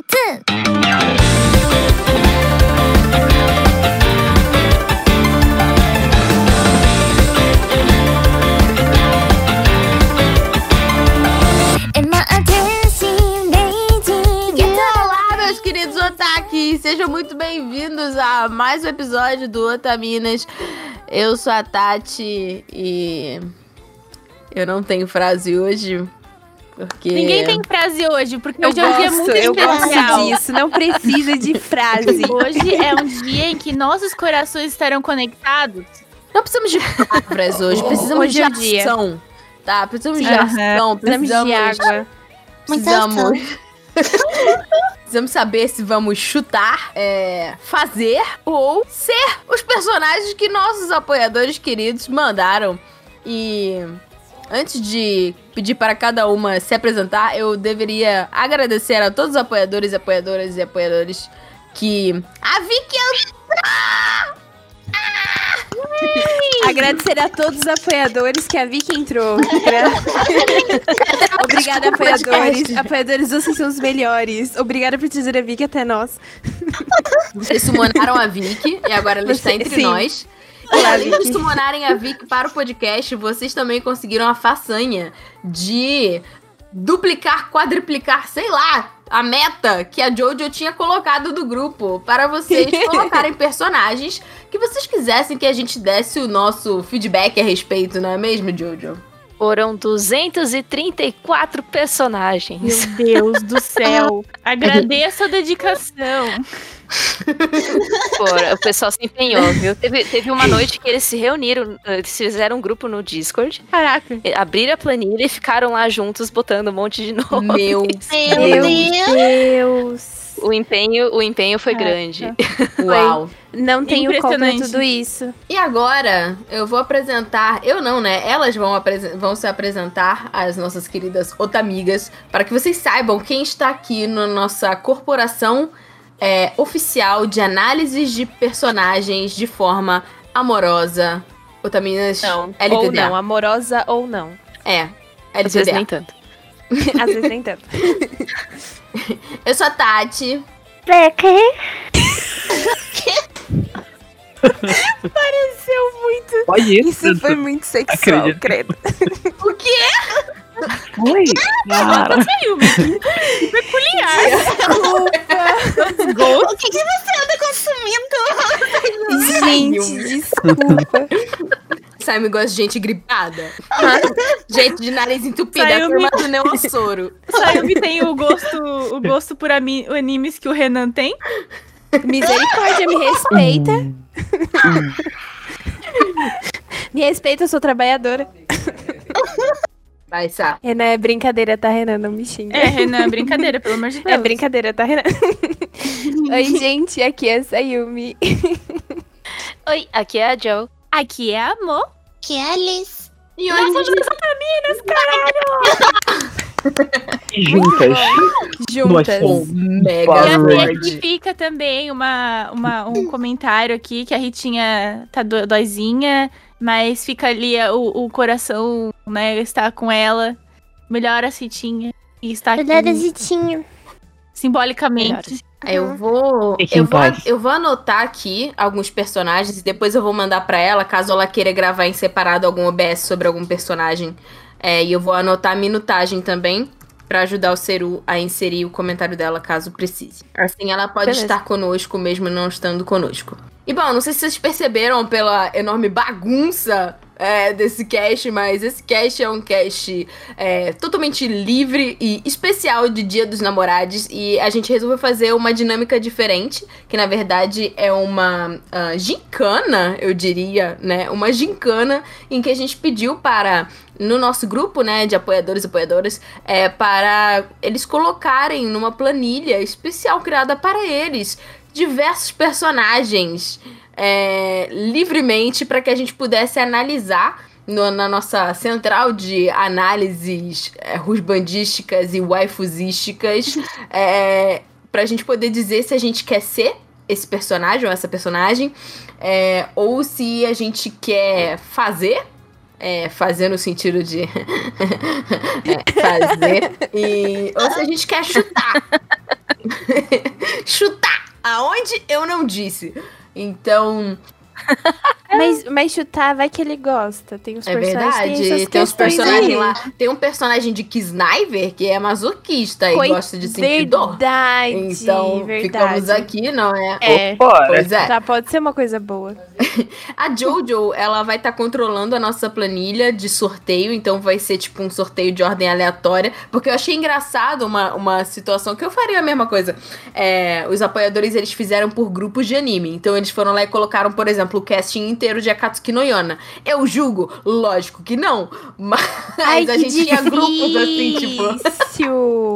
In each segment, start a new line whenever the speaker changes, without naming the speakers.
two. Emergency radio.
Olá, meus queridos otakis! Sejam muito bem-vindos a mais um episódio do Otaminas. Eu sou a Tati e. Eu não tenho frase hoje. Porque.
É.
Ninguém tem frase hoje, porque hoje é um dia
gosto,
muito
eu
especial.
gosto disso. Não precisa de frase.
Hoje é um dia em que nossos corações estarão conectados.
Não precisamos de palavras hoje, precisamos
Hoje é o
de
dia.
ação. Tá, precisamos de
Aham,
ação,
Precisamos de água.
Muita
Precisamos. Precisamos saber se vamos chutar, é, fazer ou ser os personagens que nossos apoiadores queridos mandaram. E antes de pedir para cada uma se apresentar, eu deveria agradecer a todos os apoiadores, apoiadoras e apoiadores que. A Vicky
Agradecer a todos os apoiadores que a Vicky entrou. Gra- Obrigada, apoiadores. Apoiadores, vocês são os melhores. Obrigada por trazer a Vicky até nós.
Vocês sumonaram a Vicky e agora ela está
Você-
entre
sim.
nós. E
Olá,
além de
Vicky.
sumonarem a Vicky para o podcast, vocês também conseguiram a façanha de duplicar, quadruplicar, sei lá, a meta que a Jojo tinha colocado do grupo para vocês colocarem personagens que vocês quisessem que a gente desse o nosso feedback a respeito, não é mesmo, Jojo?
Foram 234 personagens.
Meu Deus do céu. Agradeço a dedicação.
Fora, o pessoal se empenhou, viu? Teve, teve uma noite que eles se reuniram, eles fizeram um grupo no Discord,
Caraca.
e- abriram a planilha e ficaram lá juntos botando um monte de novo.
Meu
Meu
Deus.
Deus.
O empenho, o empenho foi grande.
Uau!
Não tenho conta
Impressionante.
tudo isso.
E agora eu vou apresentar, eu não, né? Elas vão, apresen- vão se apresentar as nossas queridas otamigas para que vocês saibam quem está aqui na nossa corporação é, oficial de análises de personagens de forma amorosa. Otaminas
Não,
LTDA.
Ou não, amorosa ou não.
É.
Às vezes
LTDA.
nem tanto.
Às vezes nem tanto.
Eu sou a Tati.
Pode ir.
Isso foi muito sexual,
Acredito.
credo.
O quê?
Oi. Cara,
O que, que você anda consumindo?
Gente, desculpa.
Simon gosta de gente gripada. gente de nariz entupida,
Saiu me-
turma do Neossoro.
Saiu que tem o gosto, o gosto por ami- animes que o Renan tem.
Misericórdia, me respeita. Me respeita, eu sou trabalhadora.
Vai, Sá.
Renan, é brincadeira, tá, Renan? Não me xinga.
É, Renan, brincadeira, pelo amor de Deus.
É brincadeira, tá, Renan? Oi, gente, aqui é a Sayumi.
Oi, aqui é a Joe.
Aqui é amor.
Que Alice.
E hoje a gente
juntas. Nós
Juntas.
somos
mega
É, E a
Alright.
Bia que fica também uma, uma- um comentário aqui que a Ritinha tá do, doizinha, mas fica ali é, o, o coração, né? Está com ela. Melhora a Ritinha. E está aqui
Olha, Zitinho.
simbolicamente.
Melhores.
É, Eu vou,
Fique
eu
em
vou,
paz.
eu vou anotar aqui alguns personagens e depois eu vou mandar pra ela, caso ela queira gravar em separado algum OBS sobre algum personagem. É, e eu vou anotar a minutagem também pra ajudar o Seru a inserir o comentário dela caso precise. Assim ela pode
Beleza.
estar conosco mesmo não estando conosco. E bom, não sei se vocês perceberam pela enorme bagunça é, desse cast, mas esse cast é um cast é, totalmente livre e especial de Dia dos Namorados. E a gente resolveu fazer uma dinâmica diferente, que na verdade é uma ah, gincana, eu diria, né? Uma gincana em que a gente pediu para, no nosso grupo, né, de apoiadores e apoiadoras, é, para eles colocarem numa planilha especial criada para eles diversos personagens é, livremente para que a gente pudesse analisar no- na nossa central de análises é, rusbandísticas e waifusísticas é, para a gente poder dizer se a gente quer ser esse personagem ou essa personagem é, ou se a gente quer fazer é, fazer no sentido de eh, é, fazer e, ou se a gente quer chutar Aonde eu não disse. Então,
Mas, mas chutar, vai que ele gosta. Tem os
é
personagens que
verdade. Tem os personagens lá. Tem um personagem de Kisniver que é masoquista e gosta de sentir dor.
Verdade,
Então,
verdade.
ficamos aqui, não é?
É,
Bora.
Pois é.
tá, pode ser uma coisa boa.
A Jojo, ela vai estar controlando a nossa planilha de sorteio, então vai ser tipo um sorteio de ordem aleatória, porque eu achei engraçado uma, uma situação que eu faria a mesma coisa. É, os apoiadores, eles fizeram por grupos de anime, então eles foram lá e colocaram, por exemplo, o casting inteiro de Akatsuki no Yona. Eu julgo? Lógico que não, Tá, mas
Ai,
a
que
gente tinha grupos assim, tipo...
Difícil.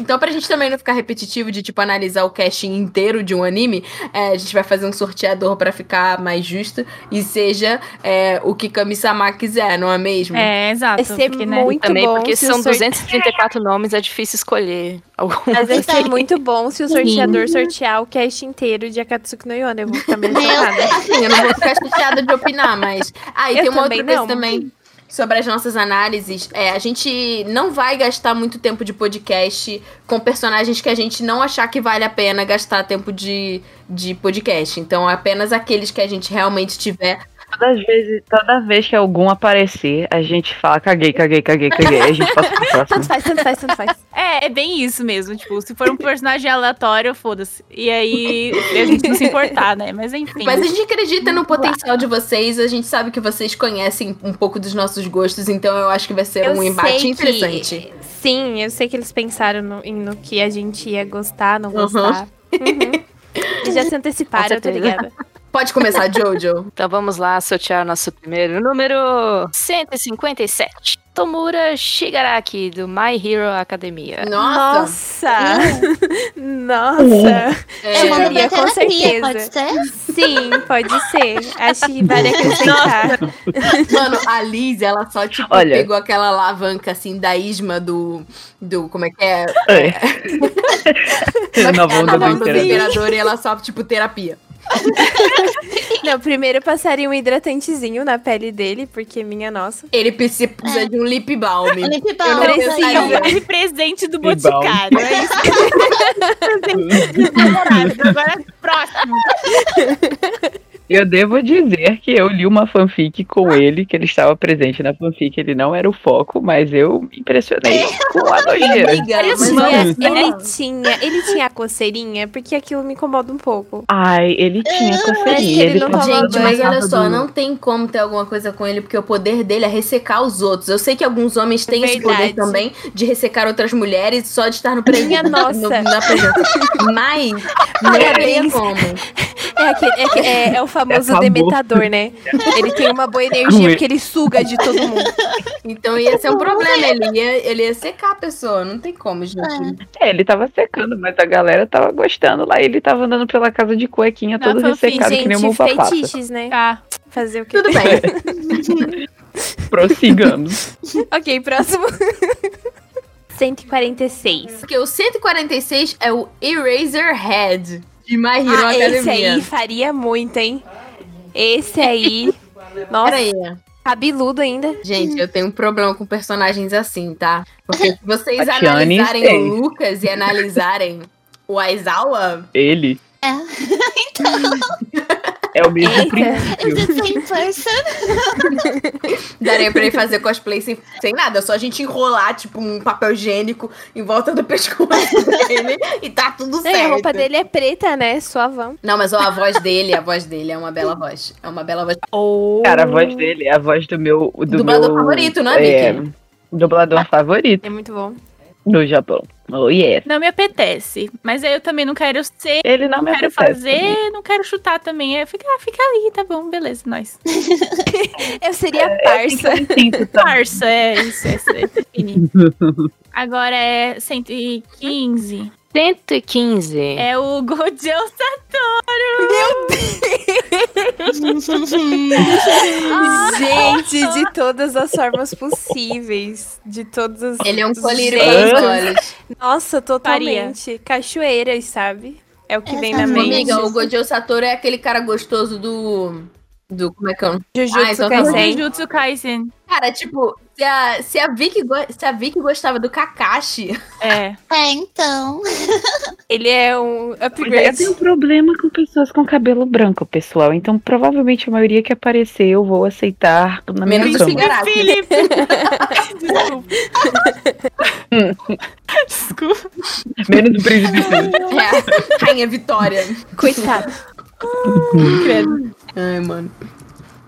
Então, pra gente também não ficar repetitivo de, tipo, analisar o casting inteiro de um anime, é, a gente vai fazer um sorteador pra ficar mais justo e seja é, o que Kami-sama quiser, não é mesmo?
É, exato.
Vai ser
porque, né,
muito
Também,
bom.
porque
se
são
o sorte-
234 nomes, é difícil escolher algum.
Mas vai ser muito bom se o sorteador sortear o cast inteiro de Akatsuki no Yona. Eu vou ficar meio
Meu
chocada.
Assim, eu não vou ficar chateada de opinar, mas. Ah, e
Eu
tem uma outra
também
coisa
não.
também. Sobre as nossas análises, É, a gente não vai gastar muito tempo de podcast com personagens que a gente não achar que vale a pena gastar tempo de, de podcast. Então, apenas aqueles que a gente realmente tiver
Todas as vezes, toda vez que algum aparecer, a gente fala caguei, caguei, caguei, caguei. Aí a gente passa pro
Tanto
próximo.
faz, tanto faz, tanto faz.
É, é bem isso mesmo. Tipo, se for um personagem aleatório, foda-se. E aí a gente não se importar, né? Mas enfim.
Mas a gente acredita no potencial de vocês, a gente sabe que vocês conhecem um pouco dos nossos gostos, então eu acho que vai ser um
sei
embate
que-
interessante.
Sim, eu sei que eles pensaram no, em- no que a gente ia gostar, não
Uhum.
gostar. Uhum. Eles Já se
Com
anteciparam, eu tô
certeza.
ligada.
Pode começar, Jojo.
Então vamos lá sortear nosso primeiro número 157. Tomura Shigaraki, do My Hero Academia.
Nossa!
Nossa!
é,
Eu mando
Seria,
pra
com
terapia,
certeza.
pode ser?
Sim, pode ser. Acho que vale acrescentar.
mano, a Liz, ela só, tipo,
Olha.
pegou aquela alavanca, assim, da isma do... do como é que é?
É. Nova
É,
onda
da
do
mão do
imperador.
imperador e ela só, tipo, terapia.
Não, primeiro passaria um hidratantezinho na pele dele, porque minha nossa.
Ele precisa de um lip balm.
Lip
Eu
balm.
não Precisa.
gostaria.
Precisa.
Esse É presente do
Que bom.
Boticário. É isso. Favorável. Agora é próximo.
Eu devo dizer que eu li uma fanfic com ele, que ele estava presente na fanfic, ele não era o foco, mas eu me impressionei com a nojeira.
Amiga,
Olha
mas é
só.
olha
Tinha-
mano.
ele tinha, ele tinha a coceirinha, porque aquilo me incomoda um pouco.
Ai, Ah, ele tinha
ele
coceirinha.
não
tava
tomava
Gente, mas
na
olha
casa
só,
do-
não tem como ter alguma coisa com ele, porque o poder dele é ressecar os outros. Eu sei que alguns homens têm esse poder
É Verdade.
também de ressecar outras mulheres só de estar no presente.
Minha nossa.
no- na presença. Mas não tem como.
É, aquele, é, que- é, é o famoso
Acabou.
demetador, né? Ele tem uma boa energia porque ele suga de todo mundo.
Então ia ser um
é
problema. Ele ia, ele ia secar a pessoa. Não tem como, gente.
É, ele tava secando, mas a galera tava gostando lá. Ele tava andando pela casa de cuequinha,
Na
todo
fanfic,
ressecado, é que nem
Gente,
uma uva passa.
fetiches, né?
Tá.
Fazer o quê?
Tudo bem.
Prossigamos.
ok, próximo. 146.
Porque o 146 é o Eraserhead de My Hero
Ah, esse
Academia.
aí faria muito, hein? Esse aí. Nossa, é
Peraí,
cabeludo ainda.
gente, eu tenho um problema com personagens assim, tá? Porque se vocês
Tatiane
analisarem
tem.
o Lucas e analisarem o Aizawa,
Ele
É.
Então.
é o mesmo
Eita.
Is
princípio.
it same person?
Daria pra ele fazer cosplay sem, sem nada, É só a gente enrolar, tipo, um papel higiênico em volta do pescoço dele e tá tudo
Não, e a
certo.
roupa dele é preta, né? Suavão.
Não, mas ó, a voz dele, a voz dele é uma bela voz. É uma bela voz.
Cara, a voz dele é a voz do meu. Do
Dublador
meu,
favorito, não é,
Dublador favorito
É muito bom.
do Japão. Oh, yes.
Não me apetece. Mas aí eu também não quero ser,
Ele não me
não quero
apetece.
fazer, não quero chutar também. É, fica, fica ali, tá bom, beleza, nós.
Eu seria
Isso
parça.
eu sinto também.
Parça, é isso, é isso. é definido. Agora é 115.
115.
É o Gojão
Gente, de todas as formas possíveis. De todas as.
Ele é um colírio
Gente,
pelos olhos.
Nossa, totalmente. Cachoeiras, sabe? É o que vem na
tá
Exatamente.
mente.
Amiga, o Gojo Satoru é aquele cara gostoso do do. Como é que é? o nome? Ah,
Jujutsu
então tá
Kaisen.
Sim.
Jujutsu Kaisen.
Cara, tipo, se a, se a, Vicky, go- se a Vicky gostava do Kakashi,
É.
É, então.
Ele é um
Eu
upgrade.
tenho problema com pessoas com cabelo branco, pessoal. Então, provavelmente a maioria que aparecer eu vou aceitar na minha
menos o
assim,
cama.
Shigaraki.
Felipe! Desculpa. Desculpa.
Menos o príncipe.
É, Rainha Vitória.
Coitado.
Credo.
Ai, mano.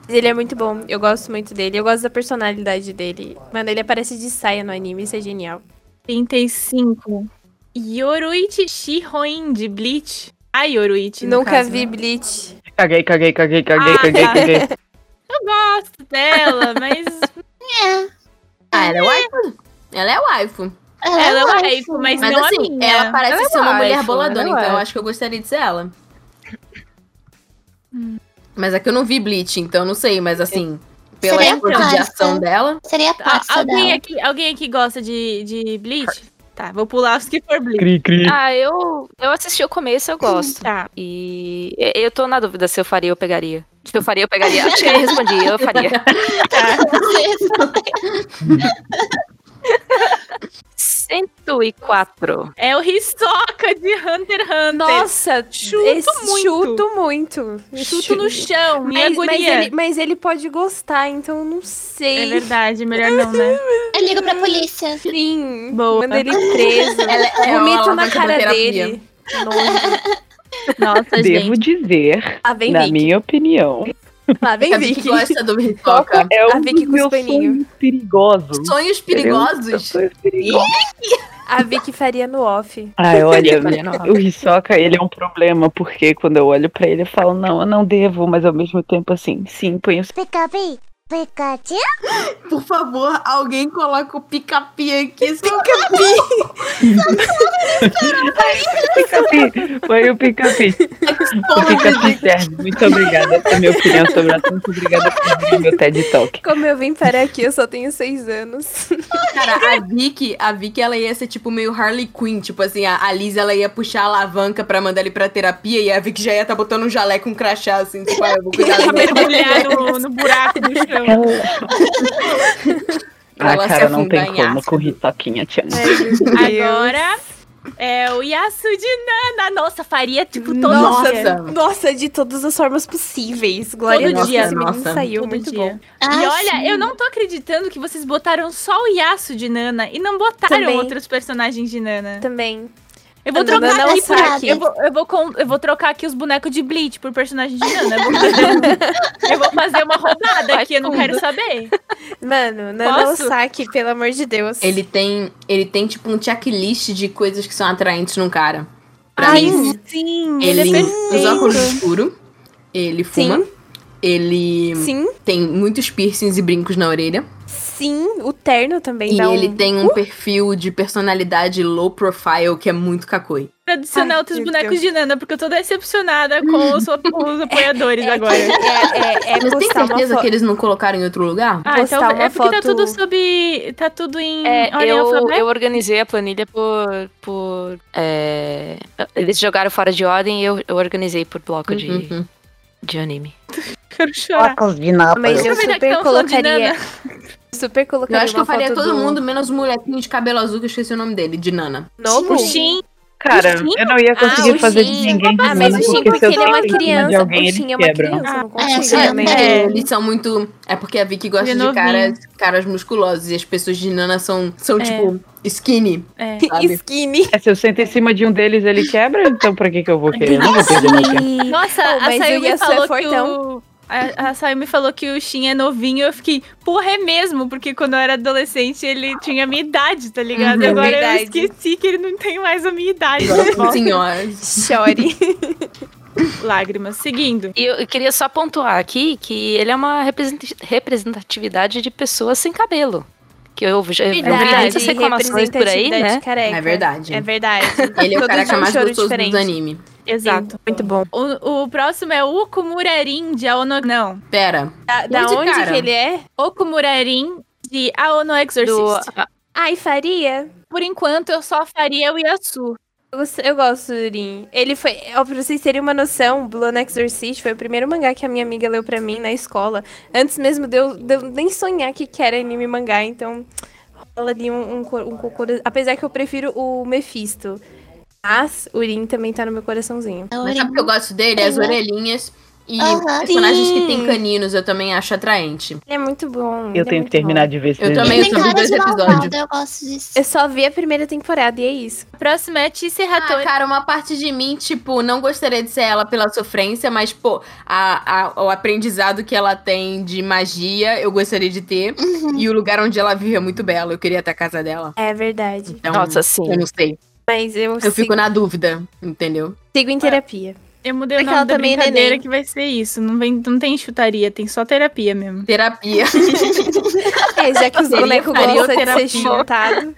Ele é muito bom. Eu gosto muito dele. Eu gosto da personalidade dele. Mano, ele aparece de saia no anime. Isso é genial.
35. Yoruichi Shihoin de Bleach. A Yoruichi, no
Nunca
caso,
vi
né?
Bleach.
Caguei, caguei, caguei, caguei,
Ah,
caguei,
tá.
caguei.
Eu gosto dela, mas
Ah, ela é waifu. Ela é waifu.
ela é uma waifu, mas,
Mas
não a
assim,
minha.
ela parece
Ela é
ser uma
waifu,
mulher
ela
boladona,
é
então eu
waifu.
acho que eu gostaria de ser ela.
Hum.
Mas é que eu não vi Bleach, então eu não sei, mas assim, pela
Seria
explosão de
então.
ação dela.
Seria a
Ah,
pasta
alguém,
dela.
aqui, alguém aqui gosta de, de Bleach? Tá, vou pular os que for Bleach.
Cri, cri.
Ah, eu, eu assisti o começo, eu gosto.
Tá.
E e- eu tô na dúvida se eu faria ou pegaria. Se eu faria ou pegaria. Acho que eu respondi, eu faria.
Tá.
104.
É o Hisoka de Hunter x Hunter.
Nossa,
Chuto
esse-
muito.
Chuto muito.
Chuto no chão, minha
mas, mas,
guria.
ele, mas ele pode gostar, então eu não
É
sei.
verdade, melhor não, né?
Eu ligo pra polícia.
Sim.
Boa.
Manda ele preso.
Ela é uma
Vomito na
alavanca da
cara
terapia.
dele. Nojo.
Nossa,
Devo
gente.
dizer,
Lá Ah, vem
na
Vicky.
minha opinião,
Lá vem
É A Vicky
Vicky.
gosta do Hisoka.
é
A
um
Vicky
dos
com os
meus
paninhos.
sonhos perigosos.
Sonhos
Entendeu? Eu
perigosos.
sonho perigoso.
A Vicky faria no off.
Ai, olha,
Faria no off.
o Hisoka, ele é um problema, porque quando eu olho pra ele, eu falo, não, eu não devo, mas ao mesmo tempo, assim, sim, ponho
Por favor, alguém coloca o pica-pi aqui. Pica
Pica-pi, foi o Pica-pi. O Pica-pi serve. Muito obrigada. Essa é a minha opinião sobre a Muito obrigada por abrir meu TED Talk.
Como eu vim para aqui, eu só tenho seis anos.
Cara, a Vicky, a Vicky, ela ia ser tipo meio Harley Quinn. Tipo assim, a, a Liz, ela ia puxar a alavanca pra mandar ele pra terapia e a Vicky já ia tá botando um jaleco, um crachá, assim. Tipo, ah, eu vou cuidar
Tá
dele.
mergulhar no, no buraco do chão.
Ela...
Pra
Ah,
ela se
cara, não
afundar
tem
em
como.
ácido.
Com Hisoquinha, te amo.
Agora é o Yasudinana. Nossa, faria tipo todo
Nossa.
dia.
Nossa, de todas as formas possíveis. Glória
Todo
a Deus,
dia,
esse menino
nossa.
saiu
Todo
muito
dia.
bom.
E
Ah,
olha,
sim.
eu não tô acreditando que vocês botaram só o Yasu de Nana e não botaram
Também.
outros personagens de Nana.
Também.
Eu vou um
A Nana
trocar
não
aqui por
sabe.
Eu vou, eu, vou com- eu vou trocar aqui os bonecos de Bleach por personagem de Nana. Eu vou fazer, um- eu vou fazer uma roubada aqui, eu não quero saber.
Mano, Nana
Posso?
Osaki, pelo amor de Deus.
Ele tem, ele tem tipo um checklist de coisas que são atraentes num cara. Pra
Ai,
mim,
Sim, é
ele, usa óculos
perfeito.
escuros, ele
Sim.
fuma, ele
Sim,
tem muitos piercings e brincos na orelha.
sim, o terno também
E
dá
ele
um...
tem um perfil de personalidade low profile que é muito kakoi.
pra adicionar
Ai,
outros
meu
bonecos
Deus.
de Nana, porque eu tô decepcionada com os, com os apoiadores agora.
É, é, é, é
Mas tem
postar uma
certeza
foto.
que eles não colocaram em outro lugar?
Ah, então
postar uma
é porque tá
foto-
tudo sob. Tá tudo em
É,
ordem
eu,
alfabética.
eu organizei a planilha por. por é, eles jogaram fora de ordem e eu, eu organizei por bloco de,
Uhum.
de anime.
Quero chorar.
de Nápoles.
Mas eu
Deixa eu ver daqui,
super
tá um flow de
colocaria... Super
Eu
colocaria
acho que eu
uma
faria
foto
todo
do
mundo, menos o molequinho de cabelo azul, que eu esqueci o nome dele, de Nana.
Novo?
O Shin,
Cara,
Ursinho?
eu não ia
um
conseguir
Ah,
fazer de
ursinho.
ninguém de
Ah, mas
nada,
o Shin,
porque se
porque
eu
ele é uma
tento em cima
criança.
de alguém,
o
eles
Shin é uma
quebram.
criança, eu não
Ah,
consigo,
sim,
né?
é.
Eles são muito. É porque a Vicky gosta
Ele é
de
novinho.
caras, caras musculosos e as pessoas de Nana são, são
É.
tipo, skinny.
é.
Sabe?
Skinny.
É, se eu sento em cima de um deles, ele quebra, então pra que que eu vou querer? Eu não vou perder meu tempo.
Nossa,
Pô,
a
mas o
Sayumi
Yasu é
falou que
fortão.
o... A, a Sayumi falou que o Shin é novinho, eu fiquei, porra, é mesmo, porque quando eu era adolescente ele tinha a minha idade, tá ligado?
Uhum.
Agora
Verdade.
eu esqueci que ele não tem mais a minha idade.
Igual
Bom,
senhoras.
Chore.
Lágrimas. Seguindo.
E eu eu queria só pontuar aqui que ele é uma represent- representatividade de pessoas sem cabelo. Que eu, já- eu vi
Verdade,
muitas reclamações por aí, né?
representatividade careca.
É verdade.
É verdade.
Ele é o
Todo
cara
dia
que é
um
mais
choro
gostoso
diferente.
dos anime.
Exato.
Muito bom.
O, o próximo é o Okumurarin de Aono... Não.
Pera.
Da, da
Muito
onde
cara.
que ele é?
Okumurarin de Aono Exorcist.
Do, a-
Ai, faria.
Por enquanto, eu só faria o Yasu.
Eu gosto- Eu gosto do Rin. Ele foi. Ó, pra vocês terem uma noção, Blue on Exorcist foi o primeiro mangá que a minha amiga leu pra mim na escola. Antes mesmo de eu, de eu nem sonhar que que era anime e mangá, então. Rola ali um, um, co- um cocoro- Apesar que eu prefiro o Mephisto. Mas o Rin também tá no meu coraçãozinho.
A
Mas
orelha.
sabe o que eu gosto dele? As
Uhum.
orelhinhas e
Aham.
personagens que
Sim.
têm caninos eu também acho atraente.
Ele é muito bom. ele é
Eu tenho
muito
que terminar
bom.
de ver esse
Eu
desenho.
também-
Ele tem
só vi
cara
dois
de
episódios.
malvado, eu gosto disso.
Eu só vi a primeira temporada e é isso.
A próxima é a Tissy
Ah,
Hattori.
cara, uma parte de mim, tipo, não gostaria de ser ela pela sofrência, mas, pô, a, a- o aprendizado que ela tem de magia eu gostaria de ter. E o lugar onde ela vive é muito belo. Eu queria até a casa dela.
É verdade.
Então,
Nossa, sim.
eu não sei.
Mas eu,
Eu
sigo,
fico na dúvida, entendeu?
sigo em terapia.
eu mudei o
é que
nome
ela
da
também é
brincadeira
neném.
que vai ser isso. Não, vem, não tem chutaria, tem só terapia mesmo.
Terapia.
É, já que os
Seria
bonecos gostam de ser
carioterapia.
chutado.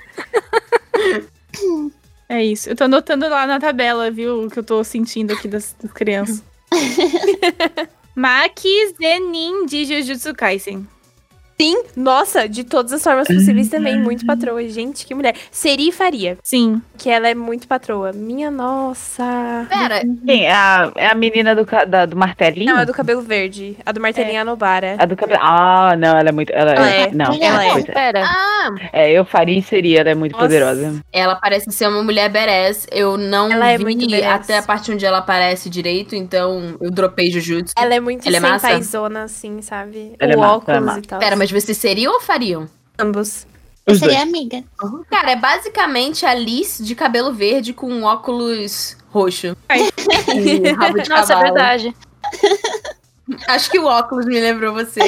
É isso. Eu tô anotando lá na tabela, viu? O que eu tô sentindo aqui das, das crianças. Maki Zenin de Jujutsu Kaisen.
Sim, nossa, de todas as formas possíveis também. Muito patroa, gente, que mulher. Seri Faria,
Sim.
que ela é muito patroa. Minha nossa.
Pera,
Quem? É a, é a menina do, ca- da- do martelinho?
Não, a do cabelo verde. A do martelinho é. Anobara.
A do cabelo. Ah, não, ela é muito. Ela,
Ela
é.
é.
Não,
Ela é.
coisa-
Pera.
ah,
é, eu faria e seria, ela é muito
Nossa.
poderosa.
ela parece ser uma mulher badass. Eu não
Ela é
vi
muito badass.
até a parte onde ela aparece direito, então eu dropei Jujutsu.
Ela é muito
Ela é
sem
massa?
paisona, assim, sabe?
Ela é
o
massa,
óculos
ela é massa.
e tal.
Pera, mas vocês seriam ou fariam?
Ambos.
Eu
Os dois.
seria amiga.
Cara, é basicamente a Alice de cabelo verde com um óculos roxo.
Ai.
E rabo de
Nossa, é
cavalo.
verdade.
Acho que o óculos me lembrou você.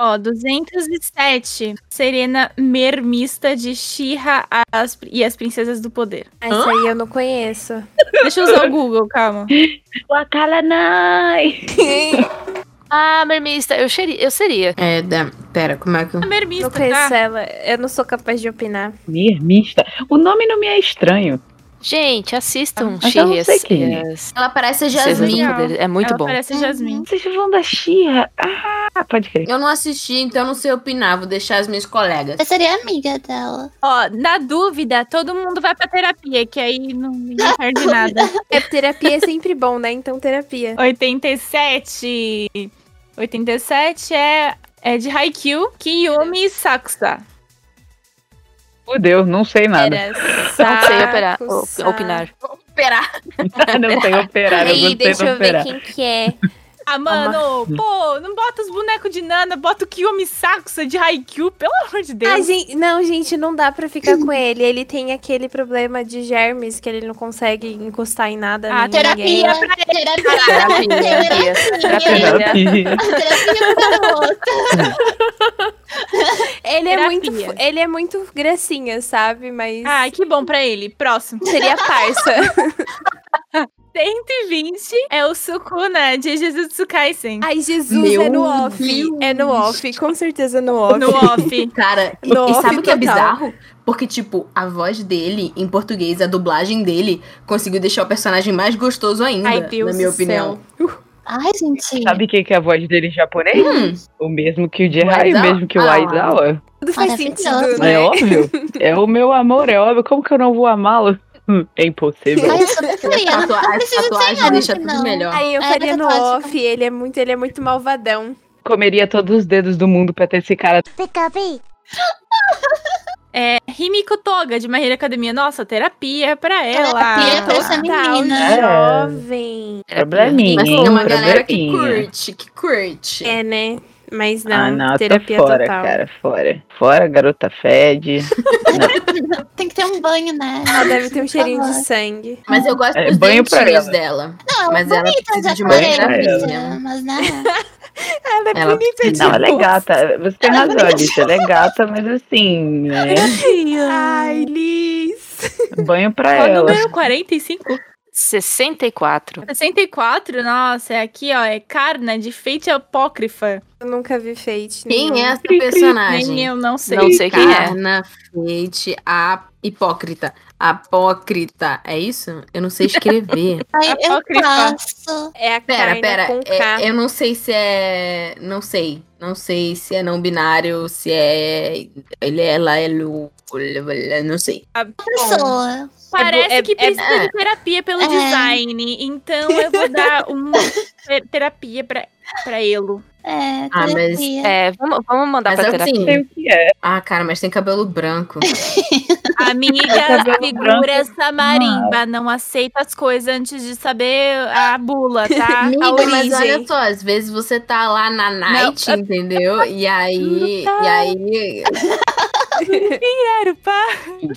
Ó, 207. Serena Mermista de Shira as- e as Princesas do Poder.
Ah, isso aí eu não conheço.
Deixa eu usar o Google, calma.
Wakalanai!
Ah, mermista, eu, xeri- eu seria.
É, da... pera, como é que... eu-
A
não
Mermista,
conheço
tá?
ela. Eu não sou capaz de opinar.
Mirmista. O nome não me é estranho.
Gente, um assistam
Mas eu Ah, não
Xerias.
sei quem é.
Ela parece a Jasmine.
Jasmine.
É muito
ela
Ah,
bom.
parece
Uhum.
Jasmine.
Vocês vão da Xirra. Ah, pode crer.
Eu não assisti, então não sei opinar. Vou deixar as minhas colegas.
Eu seria amiga dela.
Ó, na dúvida, todo mundo vai pra terapia, que aí não, ninguém perde nada.
É, terapia é sempre bom, né? Então, terapia.
87. 87 é, é de Haikyuu, Kiyomi Sakusa.
Fudeu, não sei nada.
Era
Não sei
Ah,
Sa-
operar,
Saco,
o-
saco.
opinar.
Esperar.
não sei operar, eu
Aí,
gostei
deixa
de
eu ver
operar.
quem que é.
Ah, mano, pô, não bota os bonecos de Nana, bota o Kiyomi Sakusa de Haikyuu, pelo amor de
Ah,
Deus.
gente, não, gente, não dá pra ficar com ele. Ele tem aquele problema de germes que ele não consegue encostar em nada.
Ah,
nem ninguém.
Terapia. Terapia.
assim,
Terapia,
é,
terapia.
Terapia.
Terapia para o outro.
Ele é
Terapia.
muito, fo- ele é muito gracinha, sabe? Mas
Ah, que bom pra ele. Próximo.
seria parça.
120 é o Sukuna de Jujutsu Kaisen.
Ai, Jesus,
Meu
é no off.
Deus.
É no off, com certeza no off.
No off.
Cara, e-
Nossa,
e sabe o que é
total.
bizarro? Porque, tipo, a voz dele, em português, a dublagem dele, conseguiu deixar o personagem mais gostoso ainda,
Ai, Deus
na minha
do céu.
opinião.
Ai, gente.
Sabe quem que é a voz dele em japonês?
Hum.
O mesmo que o
O
Jehai, o
Aizawa?
mesmo que o
Ah.
Aizawa.
Tudo faz
Maravilhoso.
sentido,
É
né?
óbvio. É o meu amor, é óbvio. Como que eu não vou amá-lo? É impossível.
Ai, eu sou vegetariana,
Tatua-
não
As
preciso
tatuagens
desenhar,
deixam
não.
tudo melhor.
Aí eu
É, mas
faria no
eu gosto.
off, ele é muito, ele é muito malvadão.
Comeria todos os dedos do mundo pra ter esse cara.
É Himiko Toga de My Hero Academia. Nossa, terapia é pra ela.
Terapia pra essa
Total
menina.
Tá, jovem.
Probleminha,
É, Mas
hein?
tem uma galera que
Probleminha.
curte, que curte.
É, né? Mas não,
ah, não,
terapia
tô fora,
total.
cara, fora. Fora, garota fede.
Tem que ter um banho, né?
Ela deve ter um cheirinho de
favor.
sangue.
Mas eu gosto
É,
dos
banho pra
dentinhos
ela.
dela.
Não,
Mas ela
bonita de
precisa de uma
aquarela,
terapia.
mas né?
Ela é
Ela-
bonita de
Não, ela é
novo.
gata. Você tem razão, Alice. Ela é gata, mas assim, né?
Ai, Liz.
Banho pra
Qual o
ela.
número 45?
64.
64, nossa, é aqui, ó, é Carna de Fate Apócrifa.
Eu nunca vi Fate.
Quem é
nenhum.
essa
Ah,
personagem?
Nem eu não sei.
é.
Não sei quem é.
Carna, Fate, a hipócrita. Apócrita. É isso? Eu não sei escrever.
Aí eu
Apócrifa.
faço.
É a
pera,
Kaina
pera.
com
é-
K.
eu não sei se é. Não sei. Não sei se é não binário, se é. Ele é ela, é lu. Não sei.
Pessoa.
Parece
é-
que
é-
precisa de terapia pelo
É.
design. Então eu vou dar uma ter- terapia pra, pra Elo.
É,
Ah, mas
terapia.
É, vamos, vamos mandar
Mas
pra
é
terapia.
assim.
sei o que é.
Ah, cara, mas tem cabelo branco.
Amiga,
cabelo branco.
segura essa marimba. Não aceita as coisas antes de saber a bula, tá?
Amiga,
a
mas
origem.
olha só, às vezes você tá lá na night, entendeu? E aí. E aí.
Claro, pá.
Não,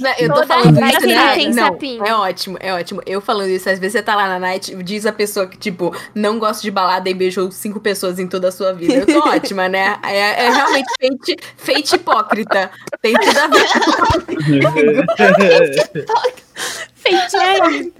né, Eu tô
Toda
falando
night
isso, né?
tem
não,
sapinho.
é ótimo, é ótimo. Eu falando isso, às vezes você tá lá na night, diz a pessoa que, tipo, não gosta de balada e beijou cinco pessoas em toda a sua vida. Eu tô ótima, né? É, é realmente feite, feite hipócrita. Tem tudo a ver.
Feitiçaria.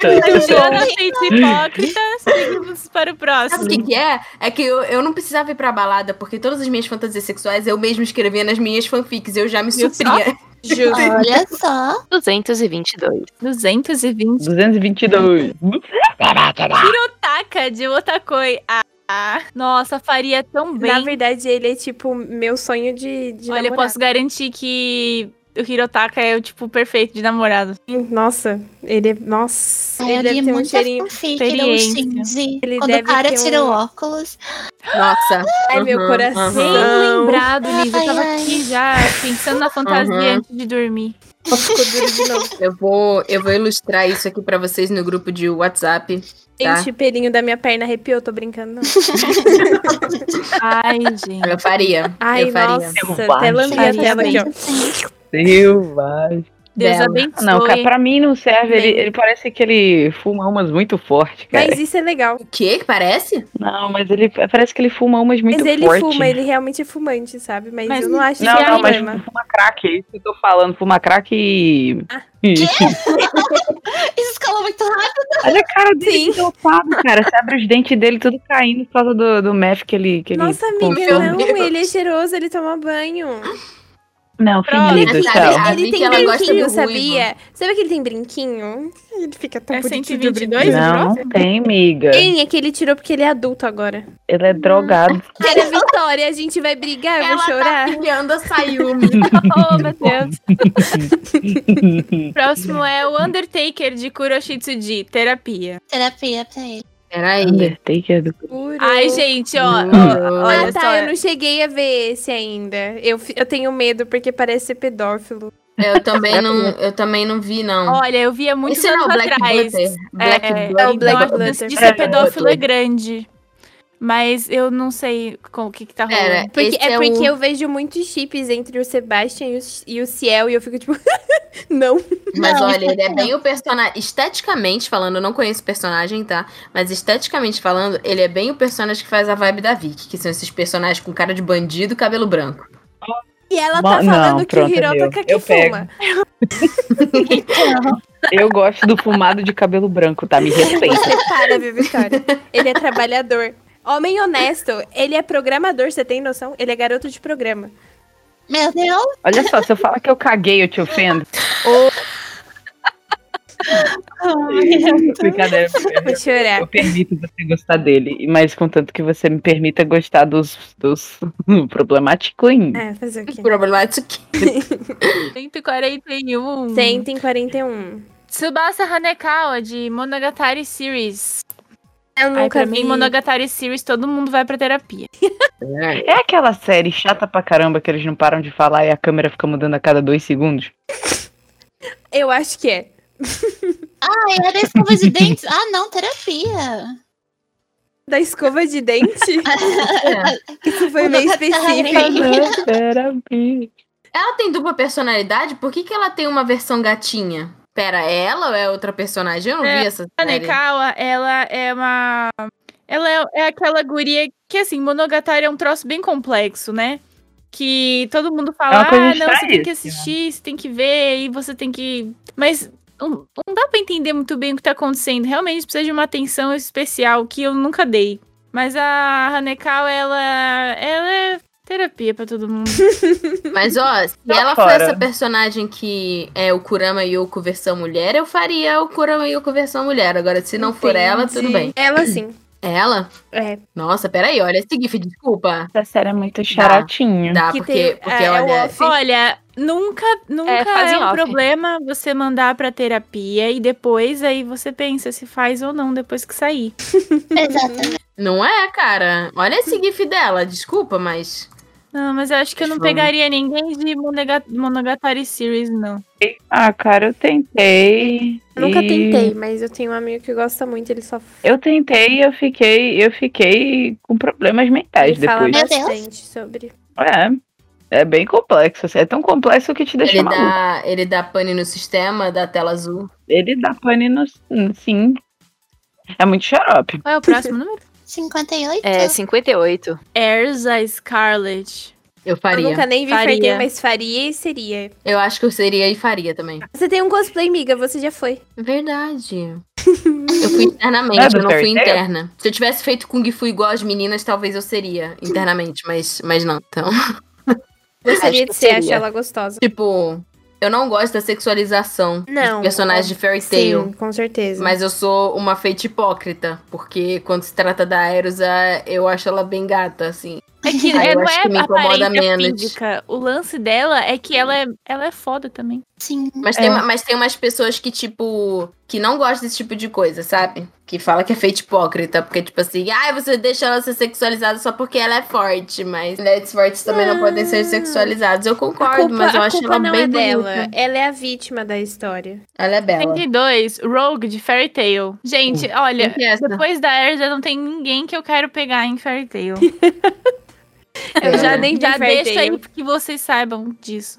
Juliana feita hipócrita. Seguimos para o
Sabe
próximo.
o que, que é? É que eu, eu não precisava ir pra balada, porque todas as minhas fantasias sexuais eu mesma escrevia nas minhas fanfics. Eu já me
Viu
supria.
Juro.
Olha só.
222.
220.
222.
Hirotaka de Otakoi. Ah, ah. Nossa, faria tão bem.
Na verdade, ele é tipo meu sonho de, de
Olha, eu
namorar.
posso garantir que o Hirotaka é o tipo perfeito de namorado.
Nossa, ele é. Nossa,
Aí eu
ele deve
li
ter um
muita
cheirinho.
fanfic do
Experiência.
Shinji.
Ele
Quando o
deve
cara
ter
tira o
um-
óculos.
Nossa.
Ai, meu
Uhum,
coração.
Bem
uhum.
lembrado, Liz. Eu
Ai,
tava
ai.
aqui já pensando na fantasia
Uhum.
antes de dormir.
Ficou duro de novo.
Eu vou, eu vou ilustrar isso aqui pra vocês no grupo de WhatsApp. Tá.
Gente, o pelinho da minha perna arrepiou, tô brincando. não.
Ai, gente.
Eu faria.
Ai,
eu faria.
nossa,
Eu
até lambi a
faria
tela aqui, ó.
Selvagem.
Deus
Bela.
abençoe.
Ah, Não, cara, pra mim não serve. Ele,
Bem.
ele parece que ele fuma umas muito forte, cara.
Mas isso é legal.
O quê? Que parece?
Não, mas ele parece que ele fuma umas muito
Mas ele
forte.
fuma, ele realmente é fumante, sabe? Mas,
Mas
eu não acho
Não,
que é
não,
um
mas
problema.
fuma crack, é isso que eu tô falando. Fuma crack e.
Ah,
Isso escalou muito rápido.
Olha a cara
Sim.
dele dopado, cara. Você abre os dentes dele tudo caindo por causa do, do meth que ele. Que ele
Nossa, amiga,
consome.
não,
Deus.
ele é cheiroso, ele toma banho.
Não,
Pronto.
fingido,
Sabe,
tchau.
a
ele é
Vicky,
tem
ela gosta
brinquinho,
do ruivo.
sabia? Sabe que ele tem brinquinho? Ele fica tão
É
bonitinho
122?
de brinquinho.
Não, não tem, miga.
Tem, é que ele tirou porque ele é adulto agora.
Ele é drogado.
Era Vitória, a gente vai brigar, eu vou chorar.
tá filhando a Sayumi.
Oh, meu Deus. Próximo é o Undertaker de Kuroshitsuji, terapia.
Terapia pra ele.
Peraí.
Undertaker do.
Juro.
Ai, gente, ó.
Hum.
ó, olha
ah, tá,
só.
eu não cheguei a ver esse ainda. Eu, fi- eu tenho medo porque parece ser pedófilo.
Eu também não, eu também não vi, não.
Olha, eu via muito
Esse não é
anos
o Black
atrás.
Butter. Black
é,
Butter.
o Black
então, a chance
Butter.
de ser
Black
pedófilo é
Butter.
grande. Mas eu não sei com o que, que tá rolando.
Pera,
Porque,
esse
é,
é
porque
o...
eu vejo muitos chips entre o Sebastian e o, e o Ciel e eu fico tipo, não.
Mas
Não,
olha,
isso
ele é
não.
bem o personagem. Esteticamente falando, eu não conheço o personagem, tá? Mas esteticamente falando, ele é bem o personagem que faz a vibe da Vicky, que são esses personagens com cara de bandido e cabelo branco.
E ela
Ma-
tá falando
não,
que
pronto, é
o Hirotaka
meu.
que
Eu pego.
fuma.
Eu gosto do fumado de cabelo branco, tá? Me respeita.
Você para, viu, Vitória? Ele é trabalhador. Homem honesto, ele é programador, você tem noção? Ele é garoto de programa.
Meu Deus.
Olha só, se eu falar que eu caguei, eu te ofendo. Brincadeira.
Vou
Eu
chorar.
permito você gostar dele, mas contanto que você me permita gostar dos, dos problemáticos ainda.
É, fazer o quê?
Problemático que
141.
141.
Tsubasa Hanekawa de Monogatari Series.
Eu
Ai,
nunca
pra
vi.
mim, Monogatari Series, todo mundo vai pra terapia.
É aquela série chata pra caramba que eles não param de falar e a câmera fica mudando a cada dois segundos?
Eu acho que é.
Ai, era Ah, é escova de dentes. Ah, não, terapia.
Da escova de dente?
É.
Isso foi meio
tá
específico.
Cadê a terapia?
Ela tem dupla personalidade? Por que, que ela tem uma versão gatinha? Pera, é ela ou é outra personagem? Eu não
É,
vi essa
tá
série.
Hanekawa, ela é uma. Ela é, é aquela guria que, assim, Monogatari é um troço bem complexo, né? Que todo mundo
É
fala,
uma coisa
ah, não, você tem que
estranhíssima.
assistir, você tem que ver, e você tem que. Mas não, não dá pra entender muito bem o que tá acontecendo. Realmente precisa de uma atenção especial que eu nunca dei. Mas a Hanekawa, ela, ela é Terapia pra todo mundo.
Mas, ó, se
Tá
Tô
ela for
fora.
essa personagem que é o Kurama Yoko versão mulher, eu faria o Kurama Yoko versão mulher. Agora, se não for ela, tudo bem.
Ela sim.
É Ela?
É.
Nossa, peraí, olha esse gif, desculpa.
Essa série é muito charotinho.
Dá,
Que
porque,
tem-
porque
é, é o
olha,
off.
Olha, nunca, nunca
É, faz
é,
em
um
off.
problema você mandar pra terapia e depois aí você pensa se faz ou não depois que sair.
Exatamente.
não é, cara. Olha esse gif dela, desculpa, mas...
Não, mas eu acho que eu não
Deixa eu ver.
pegaria ninguém de Monega- Monogatari Series, não.
Ah, cara, eu tentei.
Nunca
e-
tentei, mas eu tenho um amigo que gosta muito, ele só
Eu tentei e eu fiquei, eu fiquei com problemas mentais
ele fala
depois.
Meu Deus.
bastante sobre.
É, é bem complexo. assim, É tão complexo que te deixa
Ele
maluco.
dá, ele dá pane no sistema da tela azul.
Ele dá pane no. Sim. É muito xarope.
Qual é o próximo número?
58?
É, 58.
Heirs a Scarlet.
Eu
Eu
faria. Eu,
nunca nem vi
Faria.
faria, mas faria e seria.
acho que eu seria e faria também.
Você tem um cosplay, amiga, você já foi.
Verdade. eu fui internamente,
Não é do
eu não fui
Fairy Tail?
interna. Se eu tivesse feito Kung Fu igual as meninas, talvez eu seria internamente, mas, mas não. Então,
Gostaria
que
de ser, acho
seria.
ela gostosa.
tipo, eu não gosto da sexualização
Não,
dos personagens de Fairy Tail.
Sim, com certeza.
Mas eu sou uma feita hipócrita, porque quando se trata da Aerosa, eu acho ela bem gata, assim.
É que
Ah,
é,
eu
não
acho
é
que me incomoda
aparência
menos.
física. O lance dela é que ela é, ela é foda também.
Sim.
Mas,
É.
tem, uma- mas tem umas pessoas que, tipo, que não gostam desse tipo de coisa, sabe? Que fala que é feito hipócrita, porque, tipo assim, ah, você deixa ela ser sexualizada só porque ela é forte, mas mulheres fortes também não podem ser sexualizadas. Eu
a
concordo,
Ah. culpa,
mas eu
a
acho
culpa
ela
não
bem
é dela.
bonita.
Ela é a vítima da história.
Ela é bela.
32, Rogue de Fairy Tail. Gente, olha,
Quem que é essa?
depois da Erza não tem ninguém que eu quero pegar em Fairy Tail.
Eu
É.
já nem vi
Já
Fairy
deixa
Tail.
aí que vocês saibam disso.